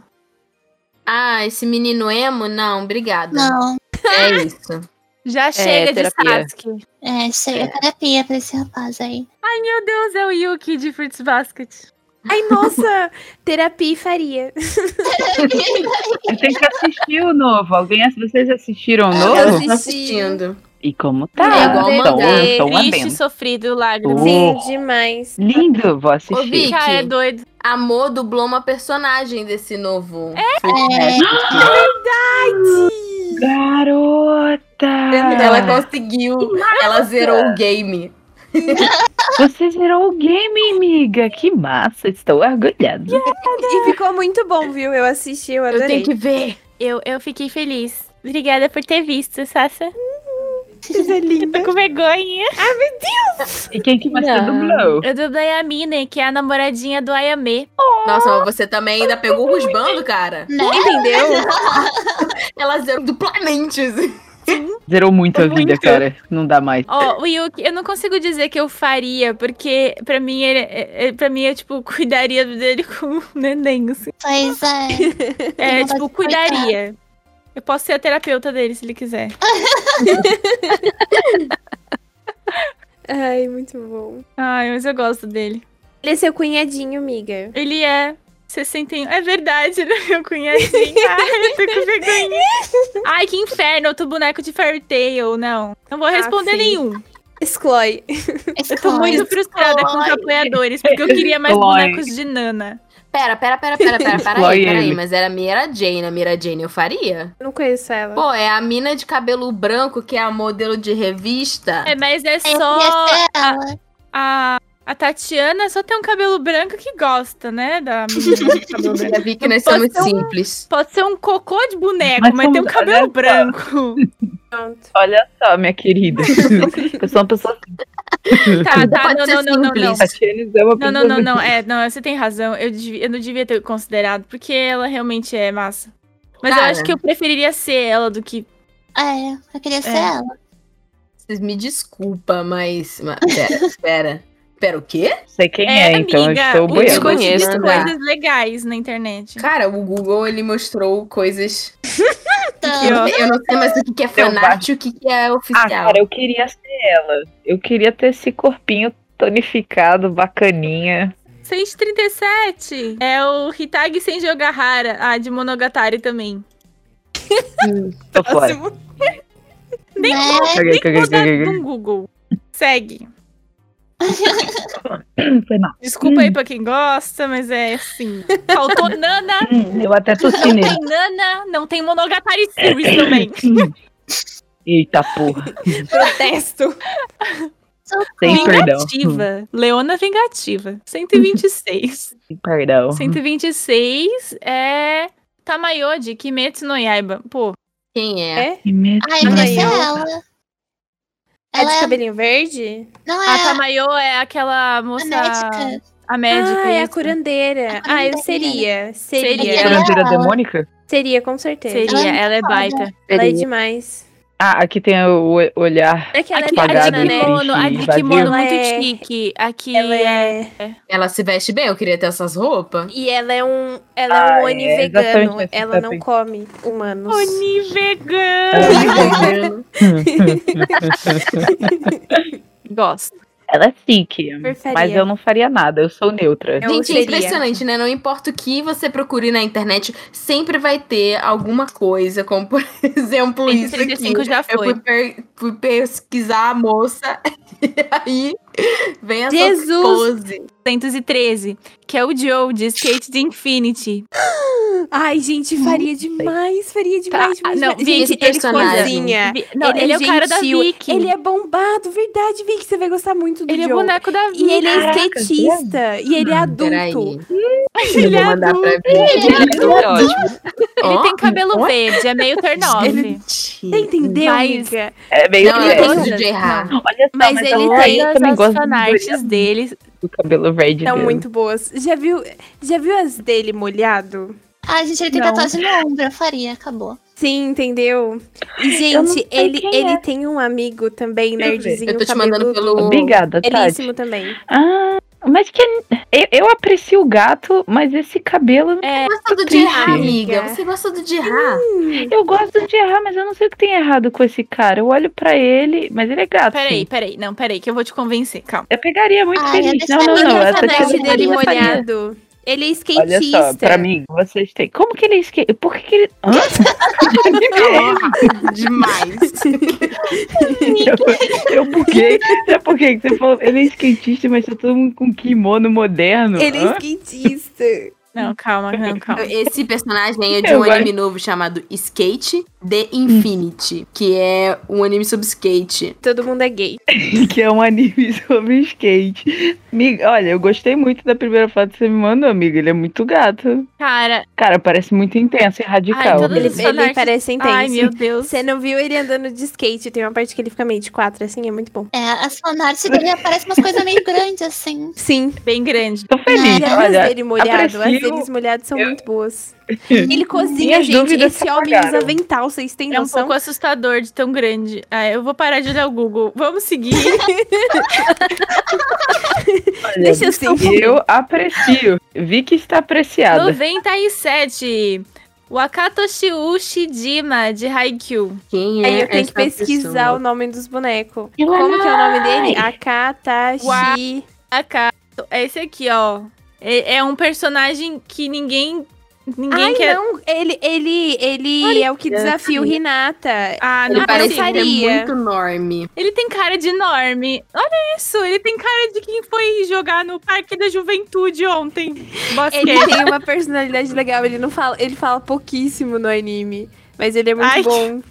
Ah, esse menino emo? Não, obrigada.
Não.
É isso.
Já chega de
É, terapia.
Sasuke.
É, chega terapia pra esse rapaz aí.
Ai, meu Deus, é o Yuki de Fruits Basket.
Ai, nossa! terapia e faria.
Eu tenho que assistir o novo. Alguém, vocês assistiram o
Eu
novo?
assisti.
tô assistindo.
E como tá?
É igual
Tão-
mangá.
tão
Triste,
amendo.
sofrido, lágrimas.
Sim.
Sim,
Oh.
demais.
Lindo, vou
Ô, Vicky.
assistir.
Cara, é doido.
Amor dublou uma personagem desse novo.
É,
Garota!
Ela conseguiu. Ela zerou o game.
Você zerou o game, amiga. Que massa, estou orgulhada.
E ficou muito bom, viu? Eu assisti, eu adorei.
Eu tenho que ver.
Eu, eu fiquei feliz. Obrigada por ter visto, Sasha. Uhum.
Coisa linda.
Tô com vergonha.
E quem que você
Não.
dublou?
Eu dublei a Mine, que é a namoradinha do Ayame.
Nossa,
Ah.
mas você também ainda pegou o rusbando, cara.
né?
Entendeu?
Ela zerou duplamente. assim.
Zerou muito a vida, cara. Não dá mais.
Ó, o Yuki, eu não consigo dizer que eu faria, porque pra mim ele, para mim eu tipo cuidaria dele com o neném, assim.
Pois é.
É,
Não vai
tipo,
se
cuidaria. Eu posso ser a terapeuta dele se ele quiser.
Ai, muito bom.
Ai, mas eu gosto dele.
Ele é seu cunhadinho, amiga.
Ele é 61. É verdade, ele é meu cunhadinho. Ai, eu tô com vergonha. Ai, que inferno, outro boneco de Fairy Tail, não. Não vou responder
fi.
nenhum.
Exclói.
Esse
Eu tô muito frustrada com os
Ai.
apoiadores, porque eu queria mais
Ai.
bonecos de Nana.
Pera, pera, pera, pera, pera, pera
Explode
aí, pera aí.
ele.
Mas era a Mira Jane, a Mira Jane eu faria.
Não conheço ela.
Pô, é a mina de cabelo branco que é a modelo de revista.
É, mas é
Eu
só
ia ser
a,
ela.
a, a Tatiana só tem um cabelo branco que gosta, né? Da menina de cabelo branco.
Já vi que nós
Pode
somos
ser um-
simples.
Pode ser um cocô de boneco, mas,
Mas é
tem um
vamos-
cabelo
olha só.
branco.
Pronto.
Olha só, minha querida. Eu sou uma pessoa
Tá, tá,
Pode
não,
ser
não, não, não, não.
simples.
Tatiana é uma
Não,
pessoa
não, não,
muito-
não. É, não, você tem razão. Eu, devia- eu não devia ter considerado, porque ela realmente é massa. Mas eu
Cara.
acho que eu preferiria ser ela do que.
É, eu queria ser
É.
ela.
Vocês me desculpa, mas. mas Pera, pera. Pera, o quê?
Sei quem é, então eu estou
o
boiando.
Google te diz
Desconheço, né?
coisas legais na internet.
Cara, o Google ele mostrou coisas.
Que
Então,
ó.
Eu não sei mais o que que é fanático e o que que é
um Ah,
oficial.
cara, eu queria ser ela. Eu queria ter esse corpinho tonificado, bacaninha.
137 é o Hitag sem Jogahara, ah, de Monogatari também.
Tô fora.
né?
Caguei,
Tem que
Né?
caguei,
botar
caguei, caguei.
no Google. Segue.
Foi mal.
Desculpa
Hum.
aí pra quem gosta, mas é assim. Faltou Nana,
Hum, eu até tossi
não
nele.
tem Nana, não tem Monogatari Series também.
Hum. Eita porra,
Protesto.
sem perdão.
Vingativa. Leona Vingativa. 126.
Sem perdão.
126 é Tamayo de Kimetsu no Yaiba. Pô,
Quem é?
Que medo.
Ah, eu conheci
Ai, eu-
ela.
É de
Ela é...
cabelinho verde?
Não,
a
é a
Tamayo é aquela moça...
médica.
A médica.
ah, é a
isso.
curandeira.
A
Ah, eu
curandeira.
seria.
Seria.
Seria.
Seria.
Curandeira
ela.
demônica?
Seria, com certeza.
Seria,
Ela é
ela é
muito
baita.
Ela é demais.
Ah, aqui tem o o olhar.
É que ela
Aqui,
é
a
Apagado,
bacana,
de
né?
kimono, a de
vazio.
kimono
Ela
muito
é-
chique. Aqui
Ela
é...
é...
Ela se veste bem, eu queria ter essas roupas.
E ela é um, ela é um
Ah,
oni
é,
vegano.
exatamente,
Ela não
exatamente.
come humanos.
Oni vegano.
é Ela
Gosto.
é chique,
Preferia.
mas eu não faria nada, eu sou neutra.
Eu
Gente, é
seria.
impressionante, né? Não importa o que você procure na internet, sempre vai ter alguma coisa, como por exemplo isso aqui.
135 já
Eu fui,
foi.
per- fui pesquisar a moça e aí vem essa
Jesus!
pose.
113, que é o Joe de Skate de Infinity.
Ai, gente, faria demais, faria demais,
Tá,
demais.
não,
faria-
gente,
gente,
esse
ele
personagem.
cozinha.
Vi- Não, ele, é, o cara da
gentil,
Vicky.
Ele é bombado, verdade, Vicky. Você vai gostar muito do
Ele é Hum,
Joe.
boneco da Vicky.
E ele é
Caraca,
skatista. E ele é
Peraí.
adulto.
assim, Eu
Ele é
vou mandar pra
Ele
ver.
é ótimo.
Ele tem cabelo
oh,
verde, é meio turn off.
Ele-
Você entendeu,
Mas-
amiga?
É meio
Não,
que-
eu gosto
tem-
de errar.
Olha só,
Mas ele
eu-
tem
eu
Todas
também
as
gosto do,
fanarts dele.
do cabelo verde
São
dele.
muito boas. Já viu, já viu as dele molhado?
Ah, gente, ele tem
Não.
tatuagem no ombro. Eu faria, acabou.
Sim, entendeu? E,
Eu não
Gente,
sei
ele,
quem
ele
é.
tem um amigo também,
ver.
nerdzinho.
Eu tô te
cabeludo.
mandando pelo.
Obrigada, Tati.
Belíssimo também.
Ah, mas que. Eu, eu aprecio o gato, mas esse cabelo.
É,
Você gosta do de errar, amiga.
Amiga.
Você gosta do de errar.
Eu gosto de errar, mas eu não sei o que tem errado com esse cara. Eu olho pra ele, mas ele é gato.
peraí,
sim.
peraí. Não, peraí, que eu vou te convencer. Calma.
Eu pegaria muito
Ai, eu
feliz. Não, não,
deixaria
não.
o
Essa
personagem
tia
personagem
não
dele
faria essa minha.
molhado. Ele é skatista.
Olha só, pra mim, vocês têm. Como que ele é skate? Por que, que ele. Hã?
Demais.
Eu, eu buguei. É porque você falou, ele é skatista, mas tá todo mundo com kimono moderno.
Ele é
Hã?
skatista.
Não, calma, não, calma.
Esse personagem é de
Eu
um
gosto.
anime novo chamado Skate The Infinity, que é um anime sobre skate.
Todo mundo é gay.
que é um anime sobre skate. Amiga, olha, eu gostei muito da primeira foto que você me mandou, amiga. Ele é muito gato.
Cara,
Cara, parece muito intenso e
Ai, então
radical.
todas
Ele,
amiga.
as
ele
fanarts-
parece intenso.
ai meu Deus.
Você não viu ele andando de skate? Tem uma parte que ele fica meio de quatro, assim, é muito bom.
É, as fanarts dele aparecem umas coisas meio grandes, assim.
Sim.
Bem grande.
Tô feliz,
E as
olha.
dele molhado, as
aprecio-
deles molhados são
eu-
muito boas. Ele cozinha,
Minhas
gente.
dúvidas
Esse
se
homem
apagaram.
usa avental, vocês têm
É um
noção?
pouco assustador de tão grande. Ah, eu vou parar de olhar o Google. Vamos seguir.
olha,
Deixa assim.
Eu aprecio. Vi que está apreciada.
97. Wakatoshi Ushijima, de Haikyuu.
Quem é
Aí eu tenho que
essa
pesquisar
pessoa?
o nome dos bonecos. Como que é o nome dele? Akatashi.
Akato. É esse aqui, ó. É, é um personagem que ninguém. Ninguém
Ai,
quer.
não. Ele, ele, ele é o que desafia o Hinata.
Ah,
Ele
não.
Ah,
parece
eu
ser
faria.
muito enorme.
Ele tem cara de enorme. Olha isso, ele tem cara de quem foi jogar no Parque da Juventude ontem. Basquete.
Ele tem uma personalidade legal, ele não fala, ele fala pouquíssimo no anime, mas ele é muito
Ai.
bom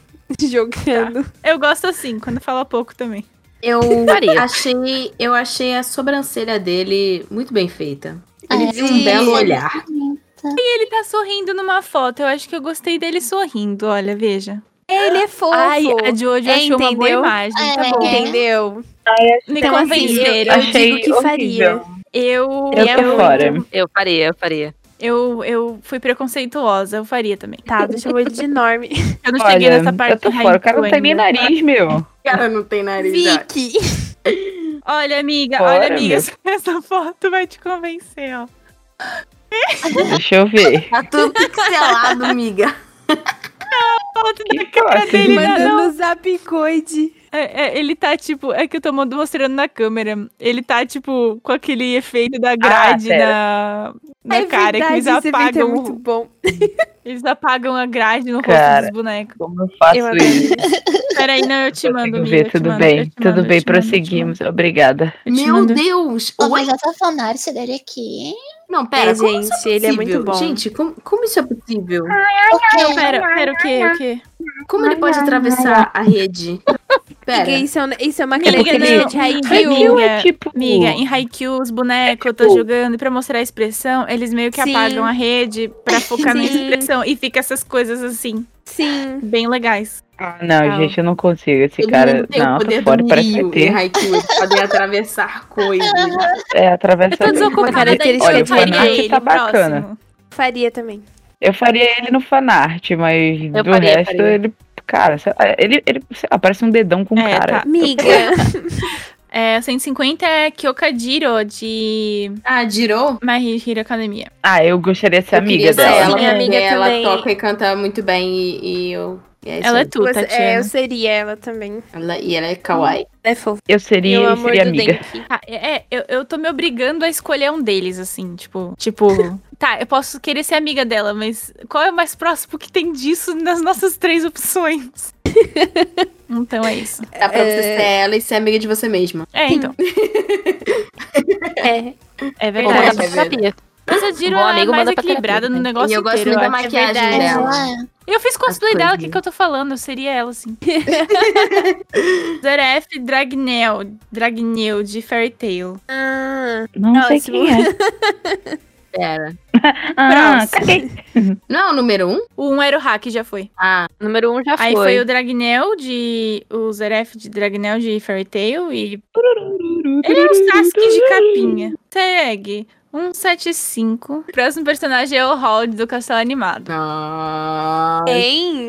jogando.
Eu gosto assim, quando fala pouco também.
Eu
Faria.
achei, eu achei a sobrancelha dele muito bem feita. Ele
É.
tem um belo olhar.
Ele tá sorrindo numa foto. Eu acho que eu gostei dele sorrindo. Olha, veja.
Ele é fofo.
Ai, a Jojo
É,
achou uma boa
entendeu?
imagem. Tá
É.
bom.
Entendeu?
Me
Então, assim,
convenceram.
eu digo que faria.
horrível.
Eu,
Eu tô fora.
Eu faria, eu faria.
Eu, eu fui preconceituosa, eu faria também.
Tá, deixa eu ele de enorme.
Eu não cheguei
Olha,
nessa parte né?
eu tô
de
fora. O cara
Haikyuu
não tem nem
ainda.
nariz, meu.
O cara não tem nariz. ó.
Vicky.
Olha, amiga,
Fora,
olha, amiga,
meu.
essa foto vai te convencer, ó.
Deixa eu ver.
Tá tudo pixelado, amiga.
foto da
Que classe.
dele, né?
Mandando zapicoide.
É, é, ele tá tipo. É que eu tô mo- mostrando na câmera. Ele tá tipo com aquele efeito
Ah,
da grade
pera.
na, na
é
cara.
verdade,
que eles
esse evento é
apagam,
muito bom.
eles apagam a grade no rosto
Cara.
dos bonecos.
Como eu faço
Eu adoro.
isso?
Peraí, não, eu te
Consigo
mando. amiga,
ver,
eu te
tudo
mando, eu
bem.
te
Tudo
mando, eu
bem,
te mando, eu te mando.
prosseguimos. Obrigada.
Eu te
Meu
mando.
Deus!
Ô,
Oi?
mas essa fanart daqui.
Não, pera,
Ei,
como isso
gente, ele é
possível?
muito bom.
Gente, como, como isso é possível?
Não,
Ok.
pera, pera, o quê? O quê?
Como ele pode atravessar a rede? Pera.
Porque isso é, um- isso é uma
Amiga,
característica
não.
de Haikyuu.
Haikyuu.
Haikyuu é tipo.
Amiga, em Haikyuu, os bonecos, eu tô
tipo-
jogando, e pra mostrar a expressão, eles meio que
Sim.
apagam a rede pra focar na
Sim.
expressão. E fica essas coisas assim,
Sim.
bem legais.
Ah, não, gente, eu não consigo. Esse
Ele
cara.
não tem
Não,
o
tô
poder
fora,
do
parece
Ryu em
ter.
Haikyuu. Eles podem atravessar coisas.
É, atravessa
Eu tô
mesmo.
Uma
desocupada daí,
característica
Olha,
eu
o
de Haikyuu.
faria
fanart
tá ele,
tá bacana.
próximo.
Faria também.
Eu faria ele no fanart, mas do
faria,
resto
faria.
ele. Cara, sei lá, ele, ele sei lá, parece um dedão com
É,
cara.
tá.
Miga.
É, 150 é Kyokajiro, de
Ah, girou?
My Hero Academia.
Ah, eu gostaria de ser
Eu
amiga
queria ser
dela.
Ela,
Minha
porque
amiga
ela
também.
toca e canta muito bem e, e eu. e isso
Ela é
aí.
tu,
Você-
Tatiana.
é, eu seria ela também.
Ela- e ela é kawaii.
É fofo.
Eu seria,
Meu
eu
amor
seria
do
amiga.
Denki.
Ah, é, é, eu, eu tô me obrigando a escolher um deles, assim, tipo, tipo, tá, eu posso querer ser amiga dela, mas qual é o mais próximo que tem disso nas nossas três opções? então é isso.
Dá pra você ser ela e ser amiga de você mesma.
É, então,
É.
é
Vou mandar
verdade.
pra
Verdade.
terapia.
Mas a Jiro
Bom
é
amigo
mais
manda pra
equilibrada
terapia,
no
né?
negócio
E eu gosto
inteiro,
muito da
acho.
maquiagem
verdade.
dela.
Ela
Eu fiz cosplay
As
dela, o
coisas.
que, que eu tô falando? Eu seria ela, assim. Zeref Dragnel, Dragnel de Fairy Tail.
Ah,
Não sei
Próximo.
quem é.
Pera.
Ah,
Próximo.
caguei.
Não é o número um?
O um era o hack, já foi.
Ah,
Número 1 um já
Aí
foi.
foi o Dragnel de. O Zeref de Dragnel de Fairy Tail e. Ele é o Sasuke de capinha. Tag 175. O próximo personagem é o Howard do Castelo Animado.
não.
hein?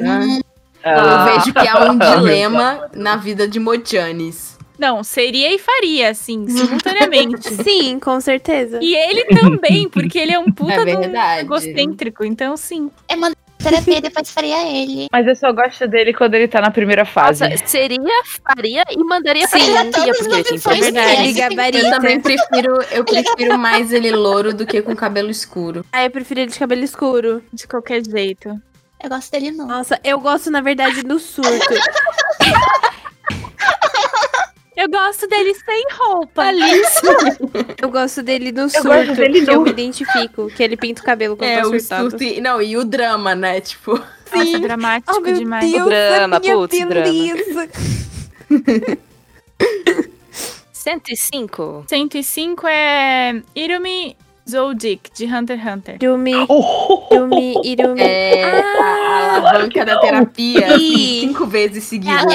Eu
Ah,
vejo que há um dilema na vida de Mojanis.
Não, seria e faria, assim, simultaneamente.
Sim, com certeza.
E ele também, porque ele é um puta
É
de um
verdade.
egocêntrico, então sim.
é uma terapia e depois faria ele.
Mas eu só gosto dele quando ele tá na primeira fase.
Nossa, seria, faria e mandaria pra
Sim,
terapia,
todas
porque ele
as
tem
opções
problema.
verdade.
dele.
Ele gabarita.
Eu também prefiro, eu prefiro mais ele louro do que com cabelo escuro.
Ah, eu prefiro ele de cabelo escuro.
De qualquer jeito.
Eu gosto dele não.
Nossa, eu gosto, na verdade, do surto.
Eu gosto dele sem roupa.
Eu gosto dele do surto.
gosto dele
que eu
nu.
me identifico. Que ele pinta o cabelo quando
É,
tá
o
surtado.
surto e, não, e o drama, né? Tipo,
Nossa,
Oh,
dramático é tipo demais.
Deus, Drama, a minha putz, drama. 105.
105 é Irumi Zoldyck, de Hunter x Hunter.
Irumi,
Oh,
Irumi, Irumi. Ah,
é, a, a alavanca da terapia
É.
assim,
Sim.
cinco vezes seguida.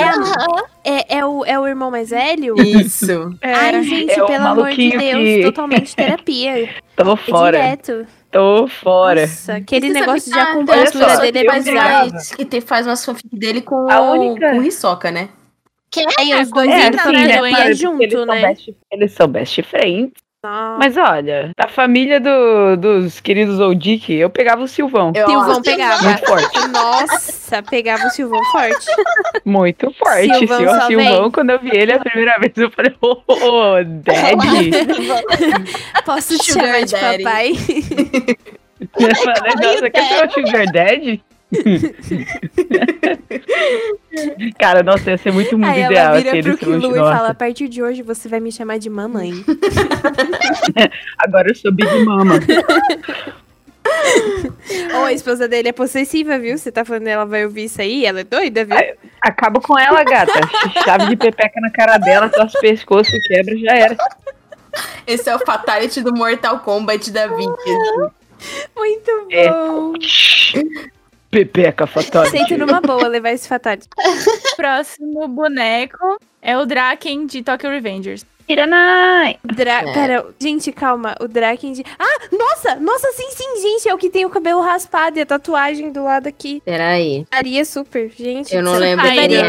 É, é, é o, é o irmão mais velho?
Isso.
Ai, gente,
É o
pelo amor de
maluquinho
Deus.
que-
Totalmente terapia.
tô
É
fora.
direto.
Tô fora.
Nossa, aquele
Você sabe
negócio de
nada,
olha
acupuntura
só,
dele é
eu
bizarro.
pegava.
Que te faz uma fanfic dele com
A única-
com Hisoka, né?
Aí os dois
É,
entram
sim,
na
né,
terapia
assim, Claro, porque eles
junto,
são
né? Ah.
best- eles são best friends.
Nossa.
Mas olha, da família do- dos queridos Old Dick, eu pegava o Silvão.
Eu
Silvão
acho
pegava.
Muito forte.
Nossa, pegava o Silvão forte.
Muito forte.
Silvão
Silvão,
só
Silvão
vem.
quando eu vi ele a primeira vez, eu falei, ô, oh, Daddy.
Posso te
Sugar
chamar de
daddy.
papai?
Eu falei, nossa, quer ser o Sugar Daddy? Cara, nossa, ia ser muito mundo
Aí
ideal
ela vira
aquele
pro
Silvão.
Kilu e
nossa.
fala: a partir de hoje você vai me chamar de mamãe.
Agora eu sou Big Mama.
Ou a esposa dele é possessiva, viu? Você tá falando ela vai ouvir isso aí? Ela é doida, viu?
Ai. Acabo com ela, gata. Chave de pepeca na cara dela, torce o pescoço, quebra, já era.
Esse é o fatality do Mortal Kombat da Vicky.
Muito
É.
bom.
Pepeca fatality.
Aceito numa boa levar esse fatality.
O próximo boneco é o Draken de Tokyo Revengers.
Tiranai!
Dra
É.
Pera, gente, calma. O Draken de. Ah, nossa! Nossa, sim, sim, gente. É o que tem o cabelo raspado e a tatuagem do lado aqui.
Peraí.
Faria super, gente.
Eu não
Você
lembro
Ai,
quem
levaria,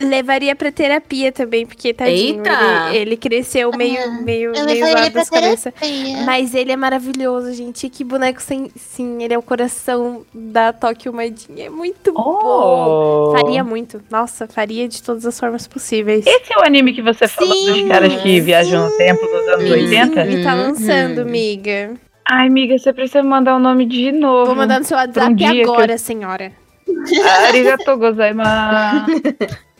é.
levaria pra terapia também, porque tadinho.
Eita!
Ele, ele cresceu meio,
Ah,
meio,
Eu
meio
levaria
lado
ele pra
das cabeças.
terapia.
Mas ele é maravilhoso, gente. Que boneco sem. Sim, ele é o coração da Tokyo Madinha. É muito bom.
Oh!
Faria muito. Nossa, faria de todas as formas possíveis.
Esse é o anime que você falou
Sim,
dos caras que viajam no tempo dos anos
sim.
80?
Sim, tá
Uhum.
lançando,
Uhum.
miga.
Ai, amiga, você precisa mandar o nome de novo.
Vou mandar no seu WhatsApp
um dia que eu-
agora, senhora.
Arigato gozaimasu.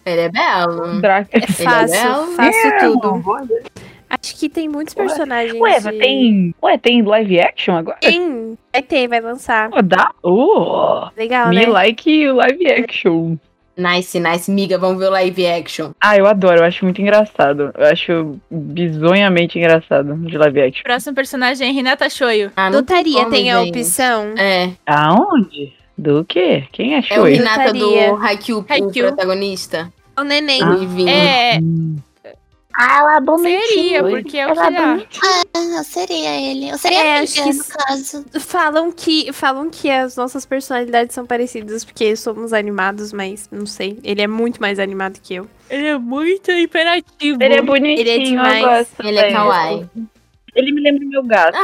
Ele é belo.
Draken.
É fácil,
belo?
faço tudo.
Bom,
Acho que tem muitos personagens.
Ué,
de-
tem, ué, tem live action agora?
Tem. Vai ter, vai lançar.
Oh, dá? Oh,
Legal, né?
me like o live action.
Nice, nice, miga. Vamos ver o live action.
Ah, eu adoro, eu acho muito engraçado. Eu acho bizonhamente engraçado de live action.
Próximo personagem é Renata Shoyo.
Ah, não
Dotaria
como,
tem a
gente.
opção.
É.
Aonde? Do quê? Quem
É o
achou isso?
Hinata do
Dotaria.
Haikyuu, o
Haikyuu.
protagonista.
O neném.
Ah.
Ruivinho.
É,
Fala
seria, porque é o Shirá.
Ah, eu seria ele. Eu seria
É,
amiga,
acho que
no caso.
Falam que falam que as nossas personalidades são parecidas porque somos animados, mas não sei. Ele é muito mais animado que eu.
Ele é muito imperativo.
Ele é bonitinho,
Ele é demais.
eu gosto.
Ele é
dele.
kawaii.
Ele me lembra meu gato.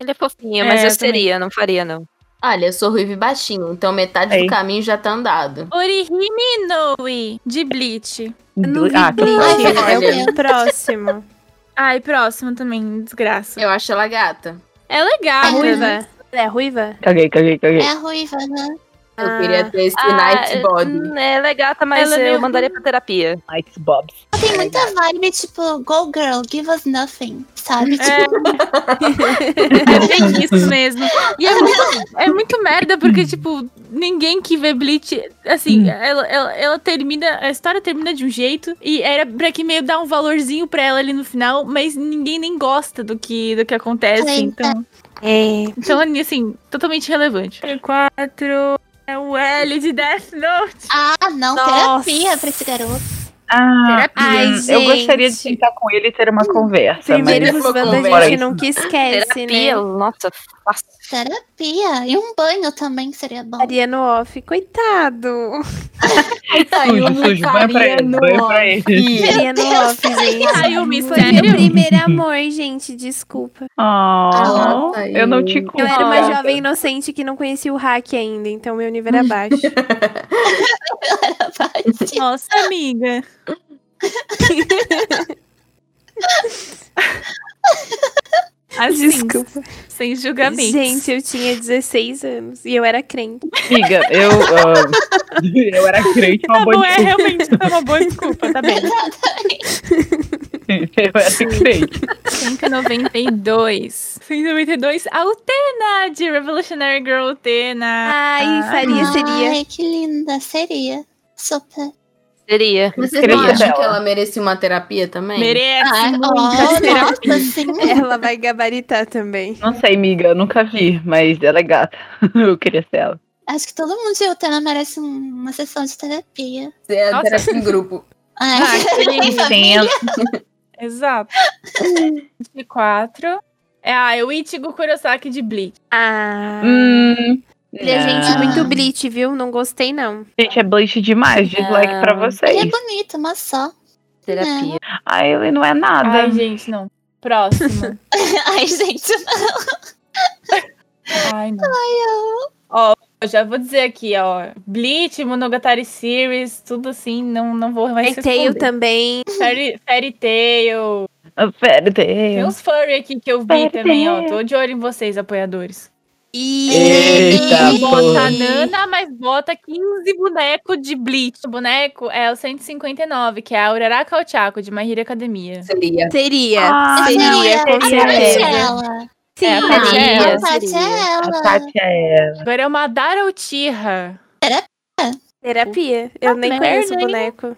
Ele é fofinho, mas
É,
eu
eu também.
seria, não faria, não.
Olha, eu sou ruivo e baixinho, então metade
Aí.
do caminho já tá andado.
Orihime Noe, de Bleach.
Eu não vi
ah,
Bleach,
que
é o
ódio.
próximo.
Ai, próximo também, desgraça.
Eu acho ela gata.
É
A
legal.
ruiva. É a ruiva?
caguei, caguei, caguei.
É a ruiva, né?
Eu
Ah.
queria ter esse nice body.
ela é gata, mas
Ela é
eu
meio-
mandaria pra terapia.
Nice Bobs.
Ela Tem muita vibe, tipo, go girl, give us nothing, sabe?
É.
Tipo,
É bem isso mesmo. E é muito, é muito merda, porque, tipo, ninguém que vê Bleach, assim, ela, ela, ela termina, a história termina de um jeito, e era pra que meio dar um valorzinho pra ela ali no final, mas ninguém nem gosta do que, do que acontece,
Sim,
então...
É.
Então, assim, totalmente relevante. 4 é o L de Death Note.
ah, não,
Nossa.
terapia pra esse garoto.
Ah,
Ai,
hum, eu gostaria de
gente.
sentar com ele e ter uma conversa.
Primeiro
mas...
mas-
Rusbanda
Fora
a gente
isso,
nunca esquece,
terapia,
né?
nossa, fácil.
Terapia. E um banho também seria bom.
Faria no off, coitado.
Sujo, sujo, vai pra ele, vai pra ele.
Faria no off, gente.
Ai, o
Foi meu
mistério.
primeiro amor, gente, desculpa.
Oh,
Nossa,
eu não te
eu-
culpo.
Eu era uma
gata.
jovem inocente que não conhecia o hack ainda, então meu nível era baixo.
Nossa, amiga. Assim,
Desculpa.
Sem julgamento.
Gente, eu tinha 16 anos e eu era crente.
Amiga, eu. ah, eu era crente, uma
Tá
boa
bom, é
desculpa.
realmente foi uma boa desculpa, tá bem.
Eu era crente.
192. 192, Altena, de Revolutionary Girl Utena.
Ai, faria, seria.
Ai, que linda, seria.
Tá
Super.
Seria.
Vocês não
Escrevia
acham que
dela.
ela merecia uma terapia também?
Merece
Ah,
muito
oh,
terapia.
nossa, sim.
Ela vai gabaritar também.
Não sei, amiga, eu nunca vi, mas ela é gata. Eu queria ser ela.
Acho que todo mundo de Utena merece um- uma sessão de terapia.
É,
Nossa.
terapia em grupo.
Ai,
Exato. De 4. É, ah, é o Ichigo Kurosaki de Bleach.
Ah.
Hum. Ah.
Ele é gente
não.
muito bleach, viu? Não gostei, não.
Gente, é bleach demais. Dislike pra
ele é
vocês.
bonito, mas só.
Terapia.
Ah, ele não é nada.
Ai, gente, não. Próximo.
Ai, gente.
Ai, não. Ó, eu já vou dizer aqui, ó. Bleach, Monogatari Series, tudo assim, não, não vou mais
Fairy Tail
responder.
também.
Fairy, Fairy Tail.
Ah, Pera,
Tem
Deus.
uns furry aqui que eu vi
Fairy
também, ó.
Tail.
Tô de olho em vocês, apoiadores.
E.
Eita,
Ih,
pô.
Bota Nana, mas bota 15 bonecos de Bleach. O boneco é o 159, que é a Aurora Kalchako, de My Hero Academia.
Seria.
Seria.
Ah,
seria,
não, é
com
Tati é
certeza.
ela.
Sim,
É, a Tati é
A
Seria,
Tati
seria.
é
A
ela.
Tati é.
Agora é uma Dara Uchiha.
terapia. Eu nem
merda,
conheço o
hein?
boneco.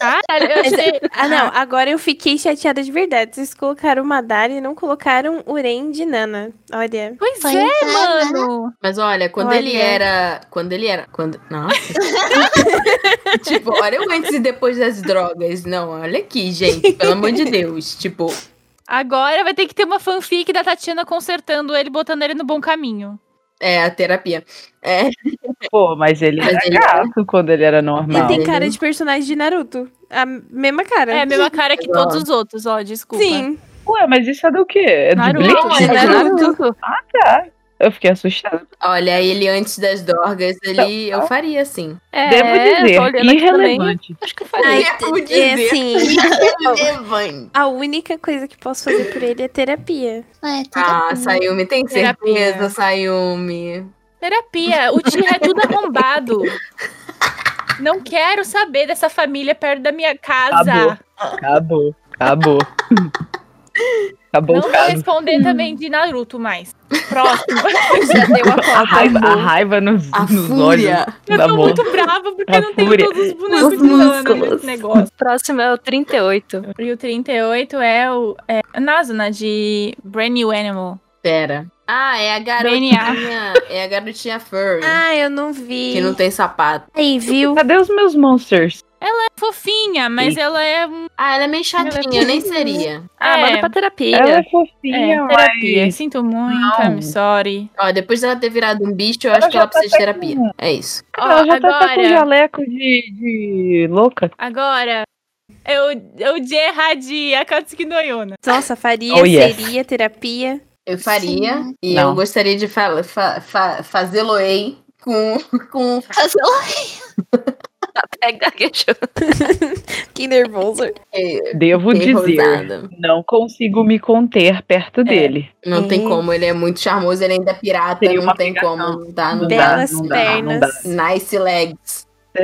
Caralho, eu achei.
Ah, não. Agora eu fiquei chateada de verdade. Vocês colocaram Madara e não colocaram Uren de Nana. Olha.
Pois
Pois
é,
é, né?
mano.
Mas olha, quando
Olha.
ele era. Quando ele era. Quando. Nossa. tipo, olha o antes e depois das drogas. Não, olha aqui, gente. Pelo amor de Deus. Tipo,
Agora vai ter que ter uma fanfic da Tatiana consertando ele, botando ele no bom caminho.
é a terapia. É,
Pô, mas ele
Mas
era
ele-
gato quando ele era
Ele
normal.
tem cara de personagem de Naruto. A mesma cara.
É a mesma cara que todos os outros, ó, desculpa.
Sim.
Ué, mas isso é do quê? É do
Naruto,
Bleach?
é
né?
Naruto.
Tá. Eu fiquei assustada.
olha, ele antes das drogas, ele eu faria assim.
É,
Devo
tô
dizer,
olhando aqui também.
irrelevante.
Acho que eu
Ai,
falei.
Devo
é
dizer.
assim.
Relevante.
A única coisa que posso fazer por ele é terapia.
É, tudo
Ah,
bem.
Sayumi, tem
Terapia.
certeza, Sayumi.
Terapia, o tio é tudo arrombado. Não quero saber dessa família perto da minha casa.
Acabou. Acabou. Acabou
Não
o
vou
caso.
responder também de Naruto mais. Próximo.
Já deu a
A raiva, a
Acabou.
raiva nos,
A
nos
fúria.
olhos
Eu
da
tô
moça.
muito brava porque
A
não tenho
Tá fúria.
todos os bonecos
Os
de Nana
músculos.
nesse negócio.
O próximo é o 38.
E o 38 é o é, a Nazuna de Brand New Animal.
Pera. Ah, é a garotinha. é a garotinha furry.
Ah, eu não vi.
Que não tem sapato.
Aí, viu?
Cadê os meus monsters?
É fofinha, mas
Sim.
ela é. um-
Ah, ela é meio chatinha, eu nem seria.
Ah,
É.
manda pra terapia.
Ela é
É,
fofinha,
terapia.
mas...
Sinto muito,
Não.
I'm sorry.
Ó, depois dela ter virado um bicho, eu acho
Ela
que ela
já tá
precisa de terapia.
certinha.
É isso.
Ó,
ela já tá até com
agora-
jaleco de, de louca.
Agora, é o, é o Gerard de Akatsuki no Yona.
Nossa, faria,
Oh, yes.
seria, terapia.
Eu faria e
Não.
eu gostaria de fa fa fa fazê-lo ei com, com.
Fazer um-
Pega gaguejou.
Que nervoso.
é,
Devo dizer,
rosada.
não consigo me conter perto
É.
dele.
Não tem
É.
como, ele é muito charmoso, ele ainda é pirata,
Seria
não
uma
tem
pegação.
como. tá? Não dá, não dá.
Belas
não dá, não
pernas.
dá.
Nice legs.
tá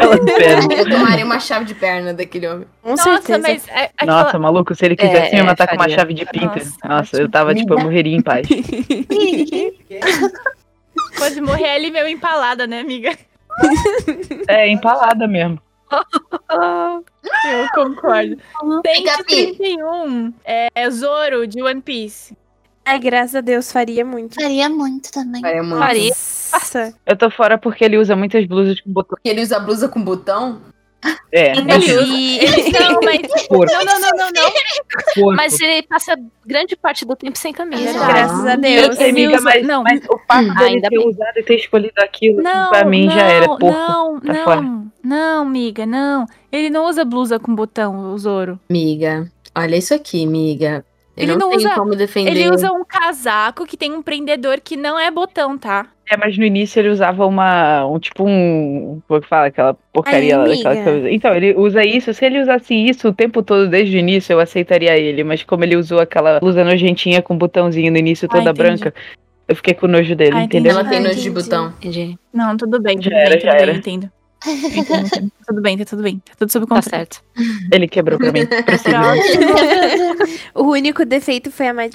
Ela espera.
É
Eu tomaria uma chave de perna daquele homem.
Com
Nossa,
certeza.
mas é, aquela-
Nossa, maluco, se ele quisesse
É,
me matar com uma
faria.
chave de pinta.
Nossa,
Nossa, eu tava, tipo, eu morreria em paz.
pode morrer ali meio empalada, né, amiga?
É, empalada mesmo. Ah.
Eu concordo.
Uhum.
Fica, Pi.
131 é, é Zoro de One Piece.
Ai, graças a Deus, faria muito.
Faria muito também.
Faria muito.
Faria.
Nossa.
Eu tô fora porque ele usa muitas blusas com botão.
Ele usa blusa com botão?
É,
Ele usa.
E-
Ele- não, mas.
porco,
Não, não, não, não, não.
porco.
Mas ele passa grande parte do tempo sem camisa.
Ah.
Graças a
Eu
Deus.
sei, amiga,
Deus,
mas,
não.
mas o fato
Ah,
dele
ainda
ter
bem.
usado e ter escolhido aquilo,
Não,
pra mim já era
não,
porco.
Não,
Tá
não,
fora.
não, amiga, não. Ele não usa blusa com botão, o Zoro.
Miga, olha isso aqui, miga. Eu
Ele
não,
não
tenho
usa-
como defender.
Ele usa um casaco que tem um prendedor que não é botão, tá?
É, mas no início ele usava uma. Um, tipo um. Como é que fala? Aquela porcaria lá daquela
amiga.
coisa. Então, ele usa isso. Se ele usasse isso o tempo todo desde o início, eu aceitaria ele. Mas como ele usou aquela blusa nojentinha com um botãozinho no início
Ah,
toda
entendi.
branca, eu fiquei com nojo dele,
Ah, entendi.
entendeu?
Ela tem
Ah,
nojo de
entendi.
botão.
Entendi.
Não, tudo bem, tudo
Já
bem,
era,
tudo
já
bem,
era.
entendo. Entendo, entendo. Tudo bem, tá tudo bem. Tá tudo sob
Tá
controle.
certo.
Ele quebrou pra mim. Prossiga.
O único defeito foi a magia.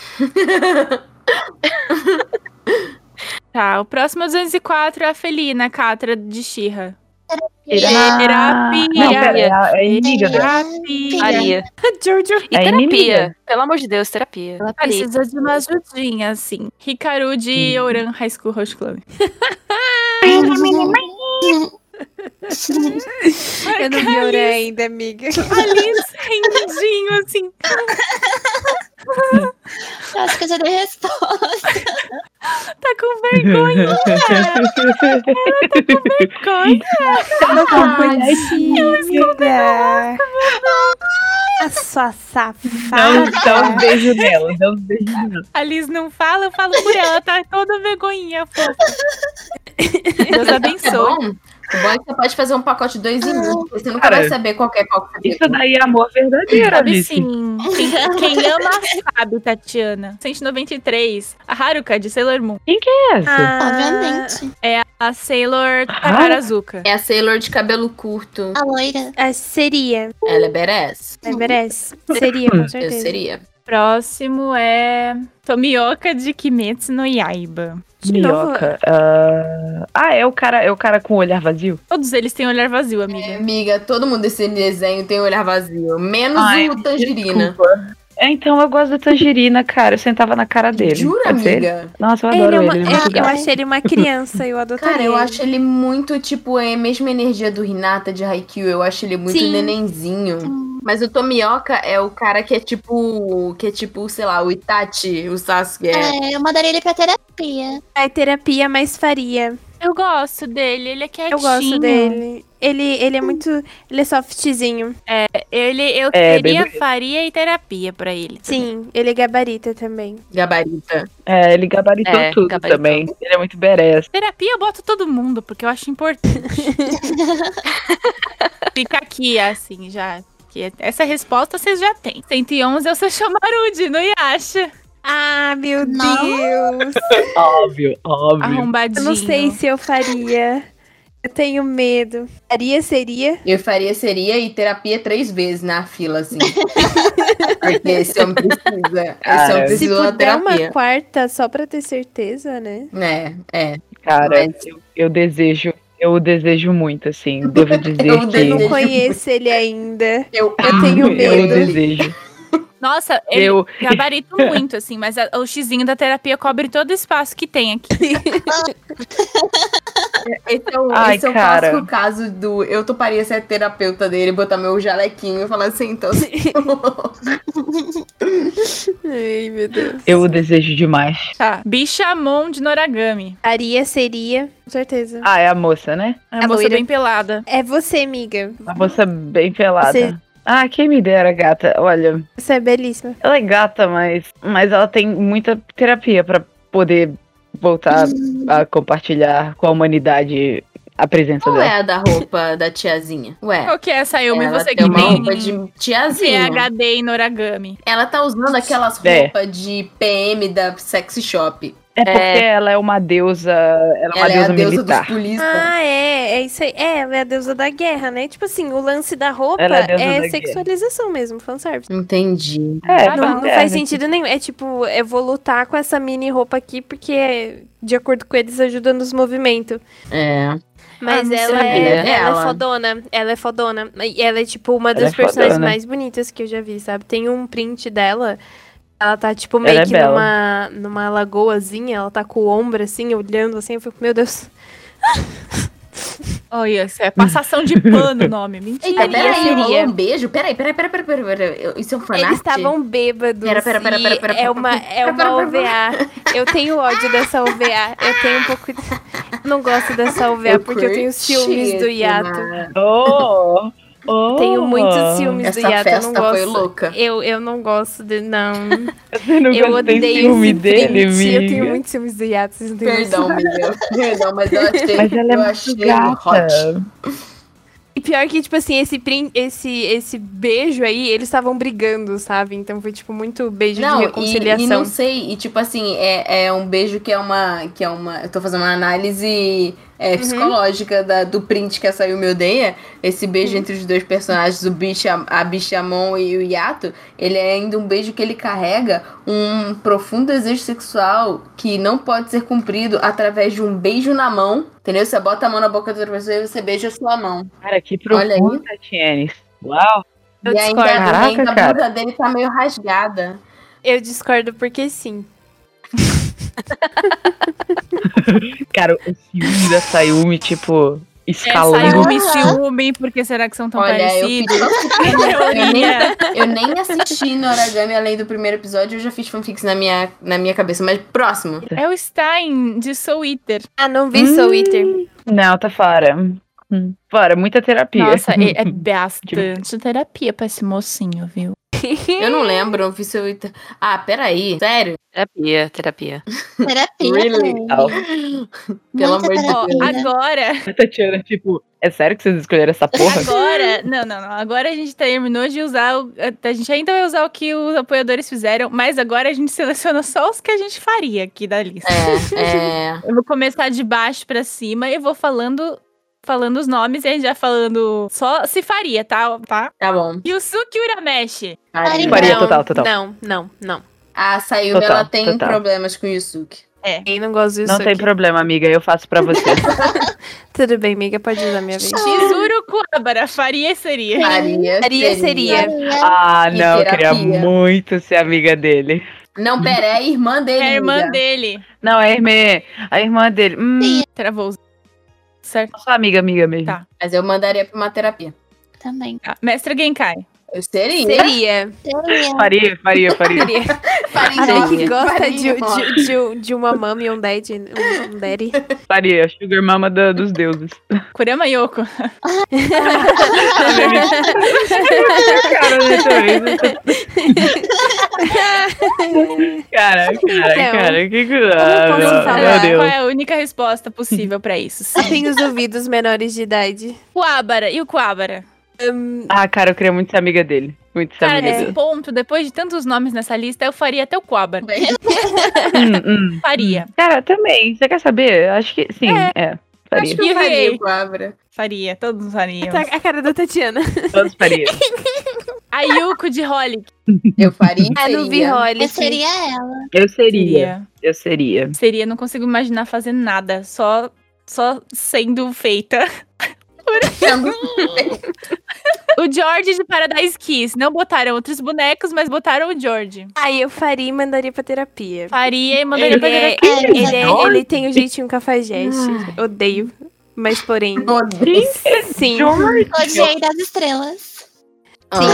Tá, o próximo é 204 é a Felina, Catra de Xirra.
um Não,
Terapia.
pera, é a- é a inimiga dela.
Ah,
Faria.
Ah,
Faria.
Jojo.
E
É
terapia.
inimiga.
Pelo amor de Deus, terapia.
Ela
Faria.
precisa de uma ajudinha, assim. Hikaru de Oran High School Host Club.
Uhum.
Eu não vi Oran ainda, amiga.
Alice rendinho, assim.
Eu acho que eu já dei resposta.
Tá com tá vergonha.
Não compartilha. A sua
Dá um- dá um
safada.
beijo nela, dá um beijo nela.
Alice não fala, eu falo por ela. Tá toda vergonhinha, fofa. Deus
Tá
abençoe.
bom? O bom é que você pode fazer um pacote dois em um. porque Você nunca
Cara,
vai saber qual que é qual que você
Isso daí é amor verdadeiro,
Sabe
Alice.
sim.
Ah.
Quem, quem ama sabe, Tatiana. 193. A Haruka de Sailor Moon.
É
Ah,
essa?
Obviamente.
A Sailor Takarazuka.
É a Sailor de cabelo curto.
A loira.
Ah, seria.
Ela é badass.
Né, merece. Seria,
Hum,
com
Eu
certeza.
seria.
Próximo é Tomioka de Kimetsu no Yaiba.
De novo?
Minhoca. ah, Ah, é o cara, é o cara com o olhar vazio?
Todos eles têm olhar vazio, amiga.
Amiga, todo mundo desse desenho tem um olhar vazio. Menos
Ai,
o Tangerina.
Desculpa. É, então eu gosto da tangerina, cara. Eu sentava na cara é dele.
Jura,
Pode ser?
amiga?
Nossa, eu
Ele
adoro
é
ele.
uma-
ele é
é,
muito
eu
gato.
achei ele uma criança, eu adotaria.
Cara, eu acho ele muito, tipo, é a mesma energia do Hinata de Haikyuu. Eu acho ele muito
Sim.
nenenzinho. Mas o Tomioka é o cara que é tipo. Que é tipo, sei lá, o Itachi, o Sasuke. É.
É, eu mandaria ele pra terapia.
Ai, terapia mais faria.
Eu gosto dele, ele é quietinho.
Eu gosto dele. Ele, ele é muito. Ele é softzinho.
Ele, eu
É, bem
teria
bonito.
faria e terapia pra ele.
Sim, ele é gabarita também.
Gabarita.
É, ele gabaritou
É,
tudo
gabaritou.
também. Ele é muito berés.
Terapia eu boto todo mundo, porque eu acho importante. Fica aqui, assim, já. Que essa resposta vocês já têm. 111 é o seu chamarude, não acha?
Ah, meu
Não.
Deus!
Óbvio, óbvio.
Eu
Arrombadinho.
não sei se eu faria. Eu tenho medo. Faria seria.
Eu faria seria e terapia três vezes na fila, assim. Porque esse homem precisa. Esse homem
Cara.
Se
precisa de uma
puder
terapia.
uma quarta, só pra ter certeza, né?
É, é.
Cara,
Mas-
eu, eu desejo, eu desejo muito, assim. Devo dizer
Eu
que.
Eu não
desejo-
conheço ele ainda.
Eu,
Eu tenho
Eu
medo.
desejo.
Nossa, ele
Eu,
gabarito muito, assim, mas a- o xizinho da terapia cobre todo o espaço que tem aqui.
Esse é o,
Ai,
esse é o
cara.
clássico caso do. Eu toparia ser a terapeuta dele, botar meu jalequinho e falar assim, então. assim,
Ai, meu Deus.
eu desejo demais.
Tá. Bichamon de Noragami.
Faria seria. Com certeza.
Ah, é a moça, né?
É uma
A
moça
loira.
bem pelada.
É você, amiga.
A moça bem pelada.
Você-
Ah, quem me dera, gata. Olha,
Você é belíssima.
Ela é gata, mas, mas ela tem muita terapia pra poder voltar a compartilhar com a humanidade a presença
Qual
dela.
é a da roupa da tiazinha? Ué.
Qual que é essa Yumi?
ela
Você
tem
que
uma roupa
tem
de tiazinha.
PHD em Noragami.
Ela tá usando aquelas
É.
roupas de PM da sexy shop.
É porque ela é uma deusa. Ela é uma
Ela é a
deusa,
deusa
militar.
dos polícias.
Ah, é. É isso aí. É, ela é a deusa da guerra, né? Tipo assim, o lance da roupa
Ela é a deusa da
é,
guerra.
sexualização mesmo, fanservice.
Entendi.
É,
Ah,
Não, não
é,
faz
né?
sentido nenhum. É tipo, eu vou lutar com essa mini roupa aqui porque, de acordo com eles, ajuda nos movimentos.
É.
Mas
Ah,
não
ela,
sabia
é, ela
dela.
é fodona. Ela é fodona. E ela é, tipo, uma
Ela
das
é
personagens
fodona.
mais bonitas que eu já vi, sabe? Tem um print dela. Ela tá, tipo,
Ela
meio
é
que
bela.
numa, numa lagoazinha. Ela tá com o ombro, assim, olhando, assim. Eu fico, meu Deus.
Olha, isso é passação de pano o nome. Mentira.
Eita,
Faria,
peraí,
seria.
rolou um beijo. Peraí, peraí, peraí, peraí, peraí. peraí. Eu- Isso é um fanart?
Eles estavam bêbados.
Pera, pera, pera,
e
pera, pera,
é uma, é
pera, pera,
uma OVA. Eu tenho ódio dessa OVA. Eu tenho um pouco. de- Não gosto dessa OVA
Eu
porque eu tenho
curti
ciúmes do
esse,
hiato.
mano.
Oh, oh.
Tenho muitos ciúmes do
Essa
hiato. Eu não
festa foi
gosto.
louca.
Eu, eu não gosto de. Não.
Você não
Eu
gosta de
odeio
ciúme
esse
dele,
print. Eu tenho
amiga?
muitos ciúmes do hiato. Vocês não têm noção.
Perdão, Miguel. Perdão, mas eu achei,
Mas ela é
eu
muito
achei
gata.
hot.
E pior que, tipo assim, esse, prin- esse, esse beijo aí, eles estavam brigando, sabe? Então foi, tipo, muito beijo
Não,
de
e,
reconciliação.
e não sei, e tipo assim, é, é um beijo que é uma, que é uma, eu tô fazendo uma análise
Uhum.
é, psicológica da, do print que essa Yumi odeia, esse beijo
Uhum.
entre os dois personagens, o bicha, a Bichamon e o Yato, ele é ainda um beijo que ele carrega um profundo desejo sexual que não pode ser cumprido através de um beijo na mão, entendeu? Você bota a mão na boca da outra pessoa e você beija a sua mão.
Cara, que
Olha aí.
profunda, Tienes. Uau.
Eu
e ainda,
discordo.
Caraca,
ainda a
cara.
blusa dele tá meio rasgada.
Eu discordo porque sim.
Cara, o ciúme da Sayumi, tipo,
Essa
escalando.
Yumi um ciúme, porque será que são tão
Olha, eu fiz
parecidos?
fanfic. eu, nem,
Teoria.
eu nem assisti Noragami além do primeiro episódio, eu já fiz fanfics na minha, na minha cabeça. Mas próximo.
É o Stein de Soul Eater.
Ah, não vi
Hum.
Soul Eater.
Não, tá fora. Hum, Fora, muita terapia.
Nossa, é, é bastante terapia pra esse mocinho, viu?
Eu não lembro, eu fiz seu. Ita- Ah, peraí. Sério?
Terapia, terapia.
Terapia.
Really?
velho.
Tal.
Pelo
Muita
amor de
terapia.
Deus.
Agora,
A Tatiana, tipo, é sério que vocês escolheram essa porra?
agora. Não, não, não. Agora a gente terminou de usar. o- a gente ainda vai usar o que os apoiadores fizeram, mas agora a gente seleciona só os que a gente faria aqui da lista.
É, é.
Eu vou começar de baixo pra cima e vou falando. Falando os nomes e a gente já falando só se faria, tá? tá?
Tá bom.
Yusuke Urameshi.
Faria.
Faria
não,
total, total.
Não, não, não.
A Sayumi,
Total,
ela tem
total.
problemas com o Yusuke.
Quem não gosta disso
Não tem
aqui?
problema, amiga, eu faço pra você.
Tudo bem, amiga, pode usar minha vez.
Shizuru Kuwabara, faria e seria.
Faria,
Faria seria.
ah,
E
não, eu queria
terapia.
muito ser amiga dele.
Não, pera, é a irmã dele.
É a irmã
amiga.
dele.
Não, a irmã, a irmã dele. Hum,
Travou. Certo.
só amiga, amiga mesmo.
Tá.
Mas eu mandaria pra uma terapia.
Também.
Ah, Mestre Genkai.
Eu seria.
Seria.
Seria.
Faria, faria, faria.
Faria.
Alguém que
Faria.
gosta de,
Faria.
de, de, um- de uma mami e um daddy. Um, um daddy.
faria, a sugar mama da- dos deuses.
Kurama Yoko.
Tá cara, dessa vez eu tô- cara, cara,
Então,
cara, que que...
eu
Ah,
posso
não,
falar?
meu
Qual
Deus.
é a única resposta possível pra isso?
Tem os ouvidos menores de idade.
Kuwabara. E o Kuwabara?
Ah, cara, eu queria muito ser amiga dele. Muito ser
Cara,
amiga
nesse
dele.
ponto, depois de tantos nomes nessa lista, eu faria até o Kuwabara.
Hum, hum.
Faria.
Cara, também. Você quer saber? Acho que sim, é.
Acho
Faria.
que eu
E
faria
aí?
com a Abra.
Faria. Todos fariam.
Tá a cara da Tatiana.
Todos faria.
A Yuko de Holly.
Eu faria e
Ah, não vi
seria.
Holly.
Eu seria ela.
Eu seria. Eu seria.
Seria, não consigo imaginar fazer nada, só, só sendo feita. O George de Paradise Kiss. Não botaram outros bonecos, mas botaram o George.
Aí eu faria e mandaria pra terapia.
Faria e mandaria
Ele,
pra
é,
terapia.
terapia.
ele, é,
Jorge?
ele tem o jeitinho cafajeste. Odeio. Mas porém.
Odeio.
Sim.
George!
Odiei das estrelas.
Ah,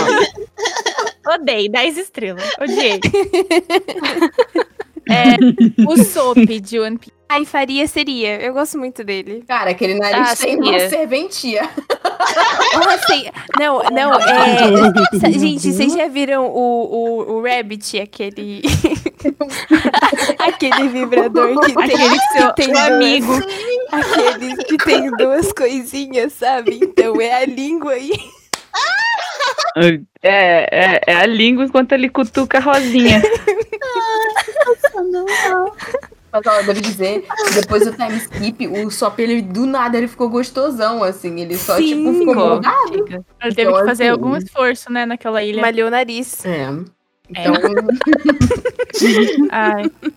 Odei, 10 estrelas. Odiei. é, o Soap de One Piece.
Ai, faria seria. Eu gosto muito dele.
cara, aquele nariz
Ah,
tem uma
seria.
serventia.
Ah, sei. Não, não, é. sa- Gente, vocês já viram o, o, o Rabbit, aquele. aquele vibrador que tem,
Aquele seu
que tem
seu amigo.
Aquele que tem duas coisinhas, sabe? Então é a língua aí.
É, é, é a língua enquanto ele cutuca a rosinha.
Não,
Mas ó, eu devo dizer, depois do time skip, o Sop, ele do nada ele ficou gostosão, assim. Ele só,
Sim.
tipo, ficou
Ficou.
mudado.
Ele teve
Então,
que fazer
assim,
algum esforço, né, naquela ilha.
Malhou o nariz.
É. Então,
Ai. Ah.